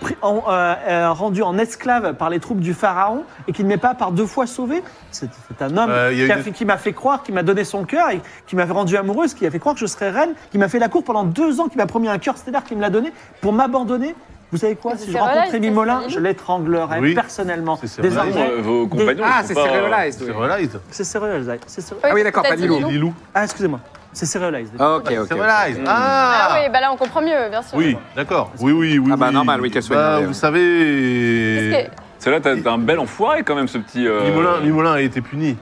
pris- en- euh, euh, rendu en esclave par les troupes du pharaon et qu'il ne m'ait pas par deux fois sauvé C'est c'est un homme
Euh, il y a
qui a
une-
fait- qui m'a fait croire, qui m'a donné son cœur et qui m'a rendu amoureuse, qui a fait croire que je serais reine, qui m'a fait la cour pendant deux ans, qui m'a promis un cœur stellaire, qui me l'a donné pour m'abandonner. Vous savez quoi
Mais
Si
c'est
je
Cyril,
rencontrais
c'est
Mimolin,
Cyril.
je l'étranglerais
Oui.
personnellement.
C'est Cyril.
Dragon,
Désormais,
euh, Vos compagnons.
Ah,
ils
c'est
sont pas, euh,
Serialized,
C'est
oui.
Realized.
c'est Serialized. c'est Cyril-
Oui,
Ah oui,
c'est
d'accord,
ce que
pas
t'as
Lilou.
dit,
Lilou.
Ah, excusez-moi. C'est
Ah,
Serialized.
Ok, ok. ok. Mm.
Serialized. Ah,
Ah oui, bah là, on comprend mieux, bien sûr.
Oui, d'accord. Oui, oui, oui.
Ah bah,
oui.
normal, oui, qu'elle soit
Bah,
énervée,
Vous
oui.
savez,
Parce que-
Celui-là, t'as t'as un bel enfoiré quand même, ce petit. euh,
Mimolin, Mimolin a été puni.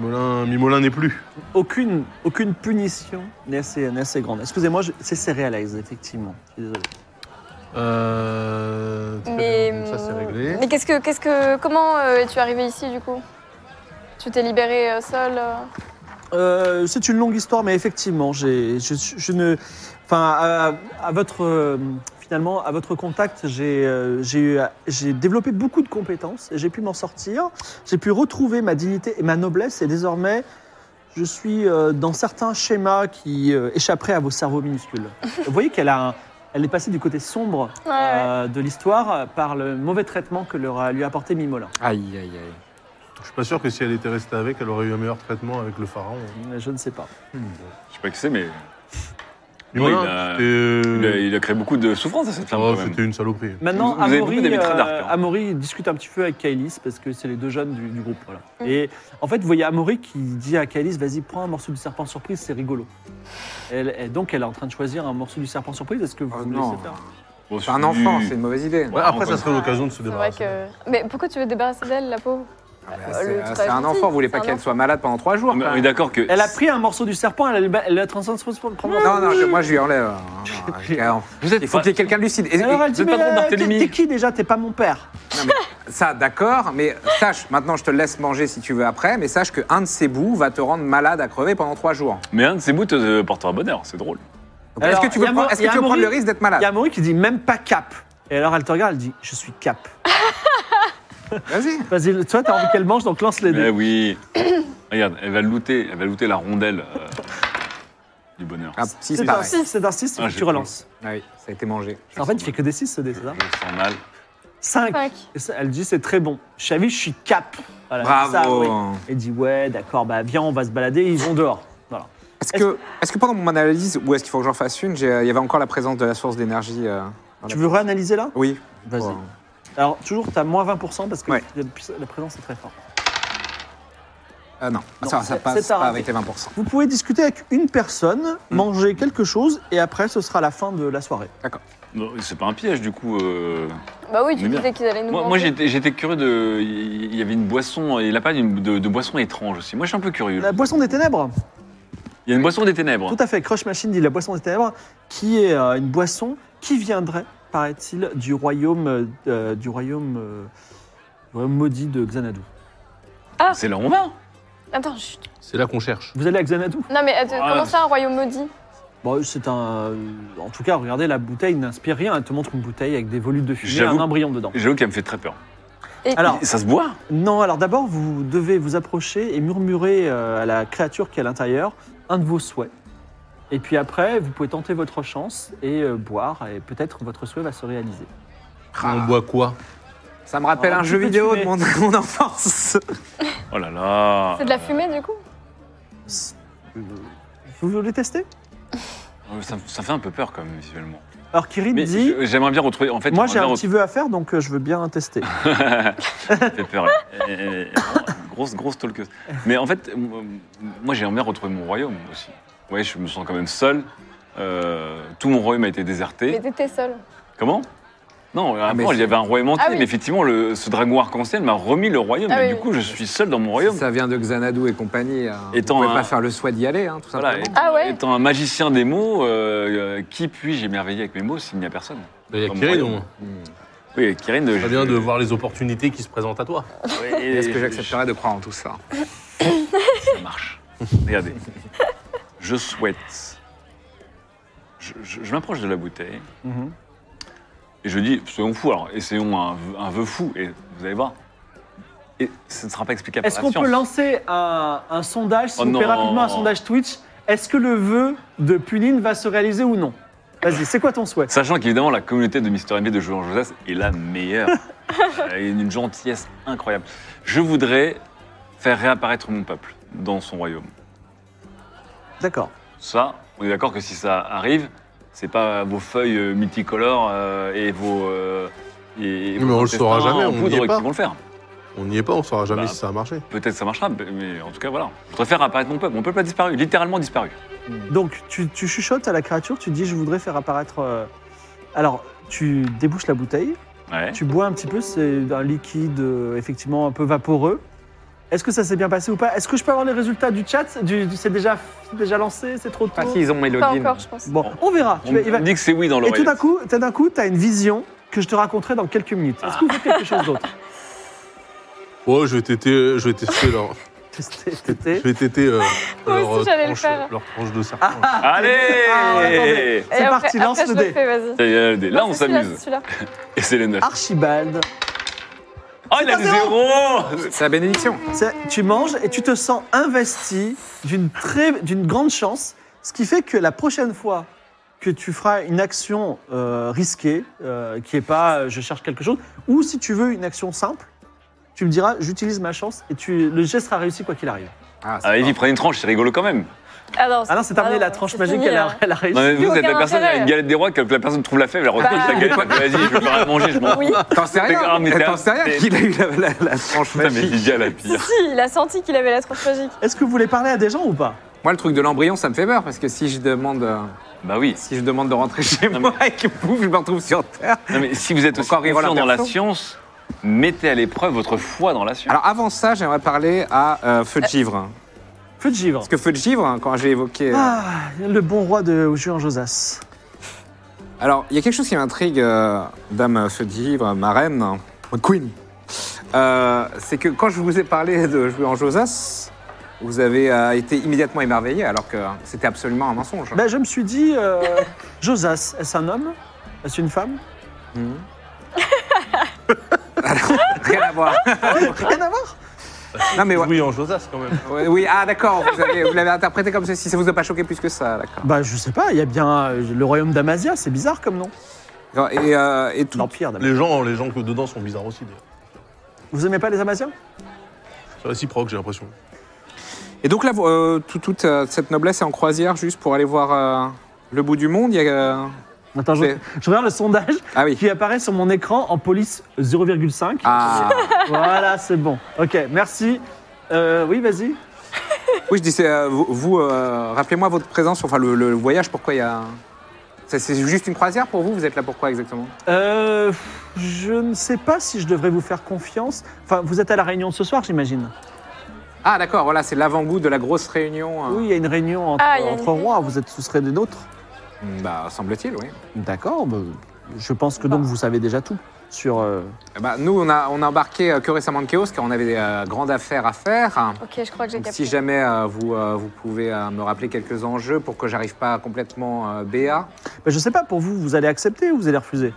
Mimolin, Mimolin n'est plus.
Aucune, aucune punition n'est assez, n'est assez grande. Excusez-moi, je- c'est Serialized, effectivement. Je suis désolé.
Euh... très
Mais, mm,
bien, donc Ça, c'est réglé.
mais qu'est-ce que, qu'est-ce que, comment euh, es-tu arrivé ici du coup Tu t'es libéré euh, seul euh
Euh, c'est une longue histoire, mais effectivement, j'ai, je, je ne, enfin, à, à votre, euh, finalement, à votre contact, j'ai, euh, j'ai, eu- j'ai développé beaucoup de compétences et j'ai pu m'en sortir. J'ai pu retrouver ma dignité et ma noblesse et désormais, je suis euh, dans certains schémas qui euh, échapperaient à vos cerveaux minuscules. Vous voyez qu'elle a, un- elle est passée du côté sombre
Ouais,
euh, de l'histoire euh, par le mauvais traitement que leur a lui apporté Mimolin.
Aïe, aïe, aïe.
Je suis pas sûr que si elle était restée avec, elle aurait eu un meilleur traitement avec le pharaon.
Je ne sais pas.
Je sais pas qui c'est, mais.
Mimolin,
il a-
c'était- euh,
Il a, il a créé beaucoup de souffrance à cette femme.
Oh,
quand même.
c'était une saloperie.
Maintenant,
Vous- vous avez beaucoup
Amaury,
aimé très dark,
euh,
hein.
Amaury discute un petit peu avec Kailis parce que c'est les deux jeunes du, du groupe. voilà.
Mm.
Et en fait, vous voyez Amaury qui dit à Kailis Vas-y, prends un morceau du serpent surprise, c'est rigolo. Elle, elle- donc, elle est en train de choisir un morceau du serpent surprise. Est-ce que vous
Oh
voulez
non.
laissez faire
Bon,
C'est un
du-
enfant, c'est une mauvaise idée.
Ouais, après, ça
Encore
serait l'occasion de se
C'est vrai
débarrasser.
que. Mais pourquoi tu veux te débarrasser d'elle, la pauvre
Ah, bah,
Euh, le
C'est
très
c'est un
gentil,
enfant, vous voulez pas
c'est un
qu'elle
enfant.
soit malade pendant 3 jours
Mais
quand
on est
même.
d'accord que.
Elle a pris un morceau du serpent, elle l'a- elle l'a transformé en
Non, non, je- moi je lui enlève. euh, euh,
Vous êtes
Il faut
pas-
qu'il y ait quelqu'un de lucide. Et- et-
Alors elle dit
Vous êtes
Mais
pas drôle,
euh, t'es
Barthélemy.
t'es qui déjà T'es pas mon père.
Non, mais ça, d'accord, mais sache, maintenant je te laisse manger si tu veux après, mais sache qu'un de ces bouts va te rendre malade à crever pendant trois jours.
Mais un de ces bouts te euh, portera bonheur, c'est drôle.
Donc,
Alors,
Est-ce que tu veux,
y a
prendre-
Mo-
est-ce que
y a
tu veux prendre
Amaury-
le risque d'être
Il y a
malade
Amaury qui dit Même pas cap. Et alors elle te regarde, elle dit Je suis cap.
Vas-y.
Vas-y, toi, t'as envie qu'elle mange, donc lance les
Mais
deux.
oui. Regarde, elle va looter, elle va looter la rondelle. euh, du bonheur.
Ah, si, c'est
C'est un
pareil.
6, c'est un 6,
Ah, j'ai
tu relances.
Ah oui, ça a été mangé.
En fait, il fait que des 6 ce dé, c'est ça
Je sens mal.
5.
Cinq.
Elle dit c'est très bon. Chavis, je suis cap. Voilà,
Bravo.
ça, oui. Elle dit ouais, d'accord, bah viens, on va se balader, ils vont dehors. Voilà.
Est-ce que, est que pendant mon analyse, ou est-ce qu'il faut que j'en fasse une, j'ai- il y avait encore la présence de la source d'énergie euh,
Tu veux réanalyser là
Oui.
Vas-y.
Bon.
Alors toujours, t'as moins 20% parce que
Ouais.
la, la présence est très forte.
Ah non,
Non,
ça, ça
c'est-
passe
c'est tard,
pas
hein.
avec les 20%.
Vous pouvez discuter avec une personne, manger quelque chose, et après ce sera la fin de la soirée.
Non, C'est pas un piège du coup. euh.
Bah oui,
Mais
tu
bien.
disais qu'ils allaient nous
Moi, moi,
manger.
j'étais j'étais curieux de. Il y avait une boisson, il a pas d'une- de, de boisson étrange aussi. Moi je suis un peu curieux.
La boisson des ténèbres
Il y a une boisson des ténèbres.
Tout à fait, Crush Machine dit la boisson des ténèbres, qui est euh, une boisson qui viendrait, paraît-il, du royaume, euh, du royaume, euh, du royaume maudit de Xanadu.
C'est là où on va.
Attends, chut.
C'est là qu'on cherche.
Vous allez à Xanadu
Non mais attends,
Ah.
comment ça un royaume maudit
Bon, c'est un. euh, En tout cas, regardez, la bouteille n'inspire rien. Elle te montre une bouteille avec des volumes de fumée,
J'avoue.
un embryon dedans.
J'avoue qu'elle me fait très peur.
Et-
Alors,
Ça se boit
non, alors d'abord, vous devez vous approcher et murmurer euh, à la créature qui est à l'intérieur un de vos souhaits. Et puis après, vous pouvez tenter votre chance et euh, boire, et peut-être votre souhait va se réaliser.
Ah.
On boit quoi
Ça me rappelle
Ah,
un
tu
jeu
peux
vidéo de
tuer.
mon, mon enfance.
Oh là là.
C'est de la fumée du coup
Euh, Vous voulez tester
Euh, Ça, ça fait un peu peur quand même visuellement.
Alors, Kirin
Mais
dit
je- j'aimerais bien retrouver. En fait,
Moi, j'ai
j'aimerais
un
bien
petit vœu à faire, donc euh, je veux bien tester.
Ah, Ça fait peur. là. Eh, eh, eh, grosse, grosse talkeuse. Mais en fait, m- moi, j'aimerais bien retrouver mon royaume aussi. Ouais, je me sens quand même seul. Euh, tout mon royaume a été déserté.
Mais t'étais seule.
Comment Non,
mais
avant, il y
c'est-
avait un royaume entier,
Ah oui.
mais effectivement, le, ce dragon arc-en-ciel m'a remis le royaume.
Ah
et
oui,
du
oui.
coup, je suis seul dans mon royaume.
Ça vient de Xanadu et compagnie. euh,
Étant
vous pouvez
un-
pas faire le souhait d'y aller, hein, tout
Voilà,
simplement.
étant,
Ah ouais
étant un magicien des mots, euh, euh, qui puis-je émerveiller avec mes mots s'il n'y a personne
Il y a
Dans mon
Kirin,
royaume.
on-
Oui, Kirin,
ça vient de voir les opportunités qui se présentent à toi.
Est-ce que j'accepterais de croire en tout ça
Ça marche. Regardez. Je souhaite. Je, je- je m'approche de la bouteille
Mhm.
et je dis, soyons fous alors, essayons un, v- un vœu fou et vous allez voir. Et ce ne sera pas explicable
Est-ce
par
qu'on
la
peut
science.
lancer un, un sondage, si
Oh
on fait
non.
rapidement un sondage Twitch Est-ce que le vœu de Punine va se réaliser ou non Vas-y, c'est quoi ton souhait
Sachant qu'évidemment, la communauté de Mister MV de Julien Josas est la meilleure. Elle a une gentillesse incroyable. Je voudrais faire réapparaître mon peuple dans son royaume.
D'accord.
Ça, on est d'accord que si ça arrive, c'est pas vos feuilles euh, multicolores euh, et vos. euh, et- et
Mais
vos
on le saura
intestins
jamais,
en
on n'y
poudre
est pas.
qui vont le faire.
On n'y est pas, on saura jamais
Bah,
si ça a marché.
Peut-être ça marchera, mais- mais en tout cas voilà. Je préfère apparaître mon peuple. Mon peuple a disparu, littéralement disparu.
Donc, tu, tu chuchotes à la créature, tu dis Je voudrais faire apparaître. euh, Alors, tu débouches la bouteille,
Ouais.
tu bois un petit peu, c'est un liquide euh, effectivement un peu vaporeux. Est-ce que ça s'est bien passé ou pas Est-ce que je peux avoir les résultats du chat du, du- C'est déjà, c'est déjà lancé C'est trop tôt
Pas s'ils ont
Pas
Mélodie.
encore, je pense.
Bon, on verra. Tu
On
vas- il va-
me dit que c'est oui dans
Et tout
l'oreille.
d'un coup, tout d'un coup, t'as une vision que je te raconterai dans quelques minutes. Est-ce que vous faites quelque chose d'autre
Oh, je vais têter, je vais tester leur,
Tester, tester.
je vais têter, euh,
Moi
leur,
aussi,
euh,
j'allais le
tranche,
faire.
leur tranche de serpent.
Ah,
Allez
attendez.
Et
C'est
après-
parti, lance
après,
le
je
dé.
fais, vas-y.
Ça y est, allez, Là,
Non,
on
c'est celui-là, c'est
s'amuse.
celui-là.
Et c'est les 9.
Ah, Archibald,
Oh, il a des zéros
C'est la bénédiction.
c'est- tu manges et tu te sens investi d'une très, d'une grande chance, ce qui fait que la prochaine fois que tu feras une action euh, risquée, euh, qui est pas euh, je cherche quelque chose, ou si tu veux une action simple, tu me diras j'utilise ma chance et tu, le gest sera réussi quoi qu'il arrive.
Ah, c'est
Allez,
fort.
vite, prenez une tranche, c'est rigolo quand même.
Ah non,
Ah non, c'est terminé
ah non,
la tranche
c'est
magique,
fini,
elle a,
là.
elle a réussi.
Non, mais vous
Aucun
êtes la personne qui a
intérêt.
une galette des rois, que la personne trouve la fève, elle retrouve
Bah.
sa galette, elle fait, vas-y, je vais pas la manger, je m'en fous.
Oui,
T'en sais
Mais grave,
rien.
Ah, mais t'es un-
T'en sais rien
t'es-
qu'il a eu la, la, la tranche
Putain, mais
magique.
Lydia, la pire.
si, si, il a senti qu'il avait la tranche magique.
Est-ce que vous voulez parler à des gens ou pas
Moi, le truc de l'embryon, ça me fait peur parce que si je demande, euh,
Bah oui.
si je demande de rentrer chez
Non,
moi et que boum, je me retrouve sur Terre.
Non, mais si vous êtes aussi
Encore Irola
confiant dans la
perso.
science, mettez à l'épreuve votre foi dans la science.
Alors, avant ça, j'aimerais parler à euh, Feu de Givre.
Feu de givre.
Parce que Feu de Givre, quand j'ai évoqué. euh,
Ah, le bon roi de Julien Josas.
Alors, il y a quelque chose qui m'intrigue, euh, Dame Feu de Givre, ma reine, votre queen. Euh, c'est que quand je vous ai parlé de jouer en Josas, vous avez euh, été immédiatement émerveillé alors que c'était absolument un mensonge.
Ben, je me suis dit, euh, Josas, est-ce un homme Est-ce une femme
Rien à voir.
Ah Rien à voir
Non,
ah,
mais ouais.
Oui, en Josas quand même.
Ouais, Oui, ah d'accord, vous avez- vous l'avez interprété comme ceci, ça vous a pas choqué plus que ça, d'accord.
Bah, je sais pas, il y a bien euh, le royaume d'Amazia, c'est bizarre comme nom.
D'accord, Et, euh, et tout.
L'empire d'Amazia.
Les gens, les gens que dedans sont bizarres aussi. d'ailleurs.
Vous aimez pas les Amaziens
C'est réciproque, j'ai l'impression.
Et donc là, vous- euh, tout- toute euh, cette noblesse est en croisière juste pour aller voir euh, le bout du monde. Il y a, euh,
Attends, je,
C'est-
je regarde le sondage
Ah oui.
qui apparaît sur mon écran en police 0,5.
Ah.
Voilà, c'est bon. Ok, merci. Euh, oui, vas-y.
Oui, je disais, euh, vous, vous, euh, rappelez-moi votre présence, enfin le, le voyage, pourquoi il y a. Ça, C'est juste une croisière pour vous Vous êtes là pourquoi exactement
Euh, je ne sais pas si je devrais vous faire confiance. Enfin, vous êtes à la réunion ce soir, j'imagine.
Ah d'accord, voilà, c'est l'avant-goût de la grosse réunion. euh,
Oui, il y a une réunion entre,
Ah, il y a une
entre rois. Vous êtes, ce serait des nôtres.
Bah, semble-t-il, oui.
D'accord. bah, je pense que donc vous savez déjà tout sur. euh,
Eh ben, nous, on a, on a embarqué euh, que récemment de Chaos car on avait des euh, grandes affaires à faire.
Ok, je crois que j'ai
Donc,
capté.
si jamais euh, vous, euh, vous pouvez euh, me rappeler quelques enjeux pour que j'arrive pas complètement euh, béat,
bah, je sais pas. Pour vous, vous allez accepter ou vous allez refuser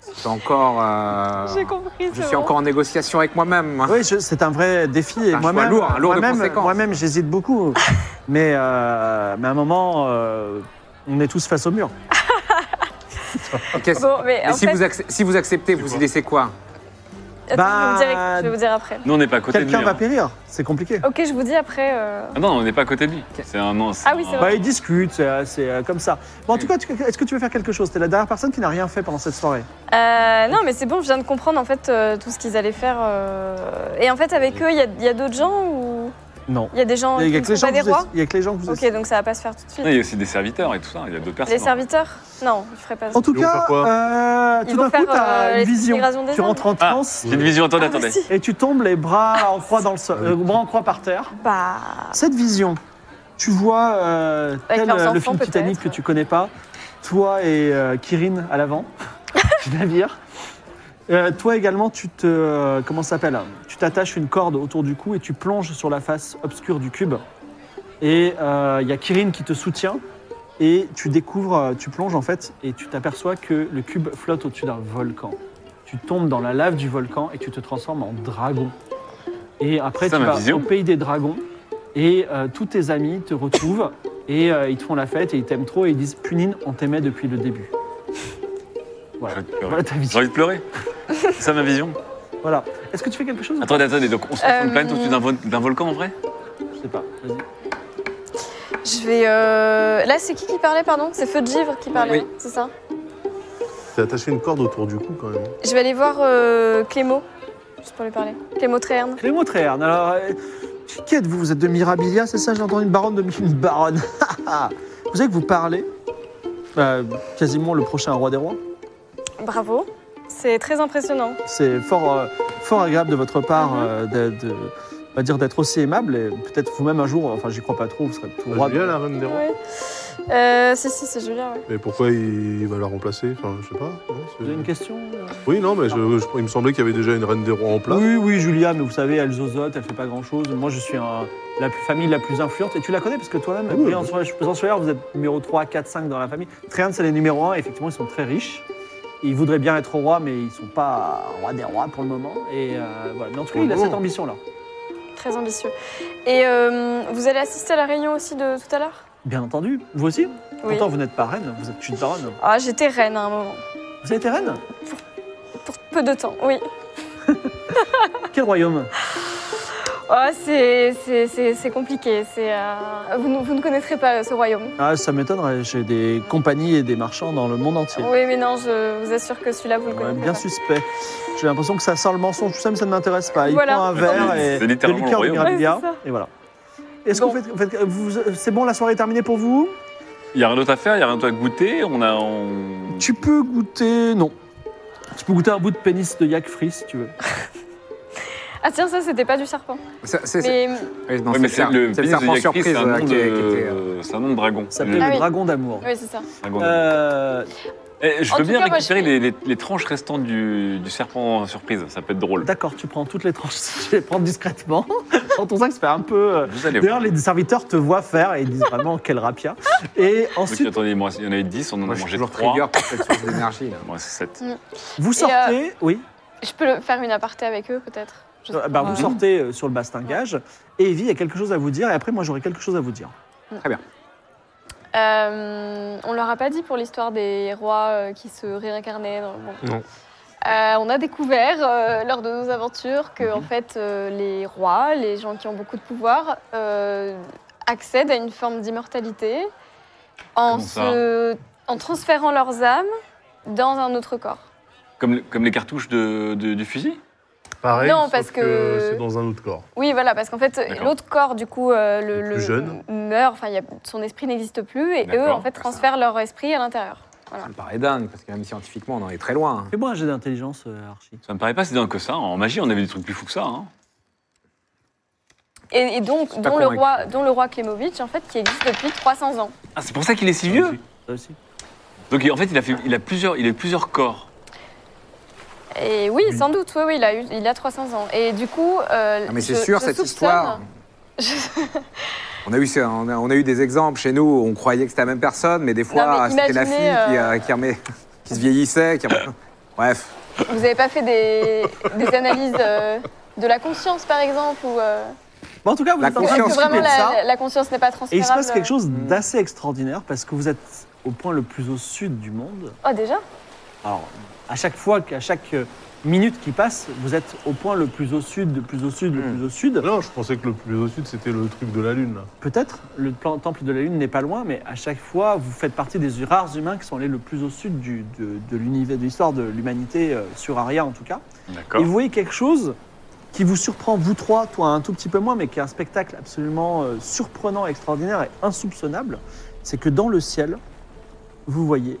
c'est encore. euh,
J'ai compris,
je
c'est
suis
bon.
encore en négociation avec moi-même. moi.
Oui, je- c'est un vrai défi. Et
un choix
moi-même,
Ah, lourd, un lourd de
moi-même,
conséquences.
moi-même, j'hésite beaucoup. mais, euh, mais à un moment, euh, on est tous face au mur.
Qu'est-ce-
Bon, mais
Mais
en
si,
fait-
vous ac- si vous acceptez, vous y laissez quoi
Attends,
Bah,
je, vais vous dire, je vais vous dire après.
Nous, on n'est pas à côté de
Quelqu'un
lui.
va
hein.
périr. C'est compliqué.
Ok, je vous dis après. euh,
Ah non, on n'est pas à côté de lui. C'est un non.
Ah oui, c'est
un-
vrai.
Bah, ils discutent, c'est euh, c'est, euh, comme ça. Bon, en tout cas, tu- est-ce que tu veux faire quelque chose T'es la dernière personne qui n'a rien fait pendant cette soirée.
Euh, non, mais c'est bon, je viens de comprendre en fait euh, tout ce qu'ils allaient faire. euh, Et en fait, avec eux, il y a, il y a d'autres gens ou
Non.
il y a des gens
Il y a
qui
que
ne
les
sont pas
gens que
des
vous êtes-
rois
il y a que les gens que vous êtes-
Ok, donc ça va pas se faire tout de suite.
Il y a aussi des serviteurs et tout ça. Il y a d'autres personnes.
Les serviteurs Non, je ferai pas ça.
En tout
Ils vont
cas,
faire quoi
euh,
Ils
tout
vont
d'un coup,
faire
t'as
euh,
une
les-
vision.
migration des
Tu
hommes.
rentres en
Ah,
transe
J'ai une vision. Attendez,
Ah, mais
attendez.
si.
et tu tombes les bras en croix dans le sol, euh, bras en croix par terre.
Bah,
Cette vision, tu vois euh,
Avec
tel
leurs
euh, le
enfants,
film Titanic
peut-être.
que tu connais pas, toi et euh, Kirin à l'avant du navire. Euh, toi également, tu te euh, comment ça s'appelle Tu t'attaches une corde autour du cou et tu plonges sur la face obscure du cube. Et euh, il y a Kirin qui te soutient et tu découvres, euh, tu plonges en fait et tu t'aperçois que le cube flotte au-dessus d'un volcan. Tu tombes dans la lave du volcan et tu te transformes en dragon. Et après,
Ça,
tu
ma
vas
vision.
au pays des dragons et euh, tous tes amis te retrouvent et euh, ils te font la fête et ils t'aiment trop et ils disent Punine, on t'aimait depuis le début.
J'ai
Voilà,
envie de pleurer.
voilà ta
J'ai
vision.
envie de pleurer. C'est ça ma vision.
Voilà. Est-ce que tu fais quelque chose ou pas
Attendez, attendez. Donc on se trouve sur
Euh,
une planète au-dessus d'un vol- d'un volcan en vrai
Je sais pas. Vas-y.
je vais. euh, Là, c'est qui qui parlait, pardon C'est Feu de Givre qui parlait,
Oui.
hein, c'est ça
T'as attaché une corde autour du cou quand même.
Je vais aller voir euh, Clémo, juste pour lui parler. Clémo Tréherne.
Clément Tréherne, alors. euh, qui êtes-vous Vous êtes de Mirabilia, c'est ça J'ai entendu une baronne de. Une baronne Vous savez que vous parlez euh, Quasiment le prochain roi des rois.
Bravo, c'est très impressionnant.
C'est fort, euh, fort agréable de votre part euh, de. de- on va dire d'être aussi aimable et peut-être vous-même un jour, enfin j'y crois pas trop, vous serez tout
Bah,
roi.
Julia, la reine des rois.
Ouais. Euh, si, si, c'est Julien, ouais.
Mais pourquoi il va la remplacer Enfin, je sais pas. non, c'est-
Vous avez une question euh
Oui, non, mais je- je- il me semblait qu'il y avait déjà une reine des rois en place.
Oui, oui, Julia, mais vous savez, elle zozote, elle fait pas grand-chose. Moi, je suis un- la plus- famille la plus influente. Et tu la connais parce que toi-même,
Oui,
Brillant Soleil- Brillant Soleil, vous êtes numéro 3, 4, 5 dans la famille. Tréherne, c'est les numéro 1. Effectivement, ils sont très riches. Ils voudraient bien être roi, mais ils sont pas rois des rois pour le moment. Et euh, voilà. Mais en tout cas,
Pour
il
le
a cette
moment.
ambition-là.
très ambitieux. Et euh, vous allez assister à la réunion aussi de tout à l'heure
Bien entendu. Vous aussi
Oui.
Pourtant, vous n'êtes pas reine, vous êtes une baronne.
Ah, j'étais reine à un moment.
Vous avez été reine
Pour peu de temps, oui.
Quel royaume
Ah, c'est- c'est c'est- c'est compliqué. c'est, euh, Vous, ne- vous ne connaîtrez pas euh, ce royaume.
Ah, ça m'étonnerait. J'ai des compagnies et des marchands dans le monde entier.
Oui, mais non, je vous assure que celui-là, vous le
Ouais,
connaissez.
bien suspect. J'ai l'impression que ça sent le mensonge, tout ça, mais ça ne m'intéresse pas. Il
Voilà.
prend un
C'est
verre
li-
et
c'est
de
littéralement
liqueur de
le royaume.
Mirabilia,
Ouais, c'est ça.
et voilà. Est-ce
Bon.
qu'on fait, faites- vous- c'est bon, la soirée est terminée pour vous
Il y a rien d'autre à faire, il y a rien d'autre à goûter. On a. on-
Tu peux goûter, non. Tu peux goûter un bout de pénis de yak frit si tu veux.
Ah tiens, ça, c'était pas du serpent.
C'est- c'est-
Mais
Oui, non,
Ouais, mais c'est
serpent-
le
c'est le
pénis de
serpent
Yakris, c'est
surprise
un
euh,
nom
qui est- qui était, euh,
de- c'est un nom de dragon.
Ça
Le-
s'appelle
Ah
le
oui.
dragon d'amour.
oui, c'est ça.
dragon.
Euh,
Eh, je
En
veux
tout
bien
cas, moi,
récupérer
je-
les, les- les tranches restantes du, du serpent surprise, ça peut être drôle.
D'accord, tu prends toutes les tranches, je vais les prendre discrètement. Dans ton sac, ça fait un peu. euh,
Vous allez voir.
D'ailleurs, les serviteurs te voient faire et ils disent vraiment quel rapia. Et
Donc,
ensuite,
attendez, il me reste- il y en avait 10, on en
Moi,
a
je suis
mangé
toujours
3.
trigger pour cette source d'énergie. là.
Moi, c'est 7.
vous
Et, euh,
sortez. Oui.
Je peux le- faire une aparté avec eux, peut-être Je sais
Euh,
pas.
bah, vous sortez euh, sur le bastingage et Evie a quelque chose à vous dire et après moi j'aurai quelque chose à vous dire.
Euh, on leur a pas dit pour l'histoire des rois euh, qui se réincarnaient. dans- bon.
Non.
Euh, on a découvert euh, lors de nos aventures
Mhm.
que en fait euh, les rois, les gens qui ont beaucoup de pouvoir, euh, accèdent à une forme d'immortalité en,
Comment ça
se- en transférant leurs âmes dans un autre corps.
Comme, le- comme les cartouches de, de- du fusil
Pareil,
Non,
sauf
parce que-
c'est dans un autre corps.
Oui, voilà, parce qu'en fait,
D'accord.
l'autre corps, du coup, euh, le,
Le plus
le-
jeune.
meurt, enfin, il y a- son esprit n'existe plus, et eux,
D'accord.
en fait,
Ah, ça-
transfèrent leur esprit à l'intérieur.
Ça me paraît dingue, parce que même scientifiquement, on en est très loin. hein.
Fais-moi un jet d'intelligence, euh, Archie.
Ça me paraît pas si dingue que ça. En magie, on avait des trucs plus fous que ça. hein.
Et, et donc,
pas
dont le,
convaincu.
roi, dont le roi Klemovic, en fait, qui existe depuis 300 ans.
Ah, c'est pour ça qu'il est si vieux
Ça aussi.
Donc il- en fait, il a, fait, il a, plusieurs, il a eu plusieurs corps.
Et oui, sans doute, oui, oui, il a, eu, il a 300 ans. Et du coup. euh,
Non, Ah, mais c'est
je-
sûr,
je
cette
soupçonne-
histoire. On a, eu, ça- on, a, on a eu des exemples chez nous, où on croyait que c'était la même personne, mais des fois,
Non, mais
c'était la fille
imaginez,
qui,
euh,
euh, qui, remet- qui se vieillissait. Qui... rem- Bref,
Vous n'avez pas fait des, des analyses euh, de la conscience, par exemple ou, euh,
Bon, en tout cas, vous
La
êtes en
Est-ce
train
conscience
que
de
qui
vraiment
discuter de
fait
ça.
la, la conscience n'est pas
Et
transférable
il se passe quelque chose
euh,
d'assez extraordinaire parce que vous êtes au point le plus au sud du monde.
Oh, déjà
Alors, à chaque fois, qu'à chaque euh, minute qui passe, vous êtes au point le plus au sud, le plus au sud, le
Hmm.
plus au sud.
Non, je pensais que le plus au sud, c'était le truc de la Lune. là.
Peut-être, le plan- temple de la Lune n'est pas loin, mais à chaque fois, vous faites partie des rares humains qui sont allés le plus au sud du- de, de l'univers, de l'histoire de l'humanité, euh, sur Aria en tout cas.
D'accord.
Et vous voyez quelque chose qui vous surprend, vous trois, toi un tout petit peu moins, mais qui est un spectacle absolument euh, surprenant, extraordinaire et insoupçonnable, c'est que dans le ciel, vous voyez...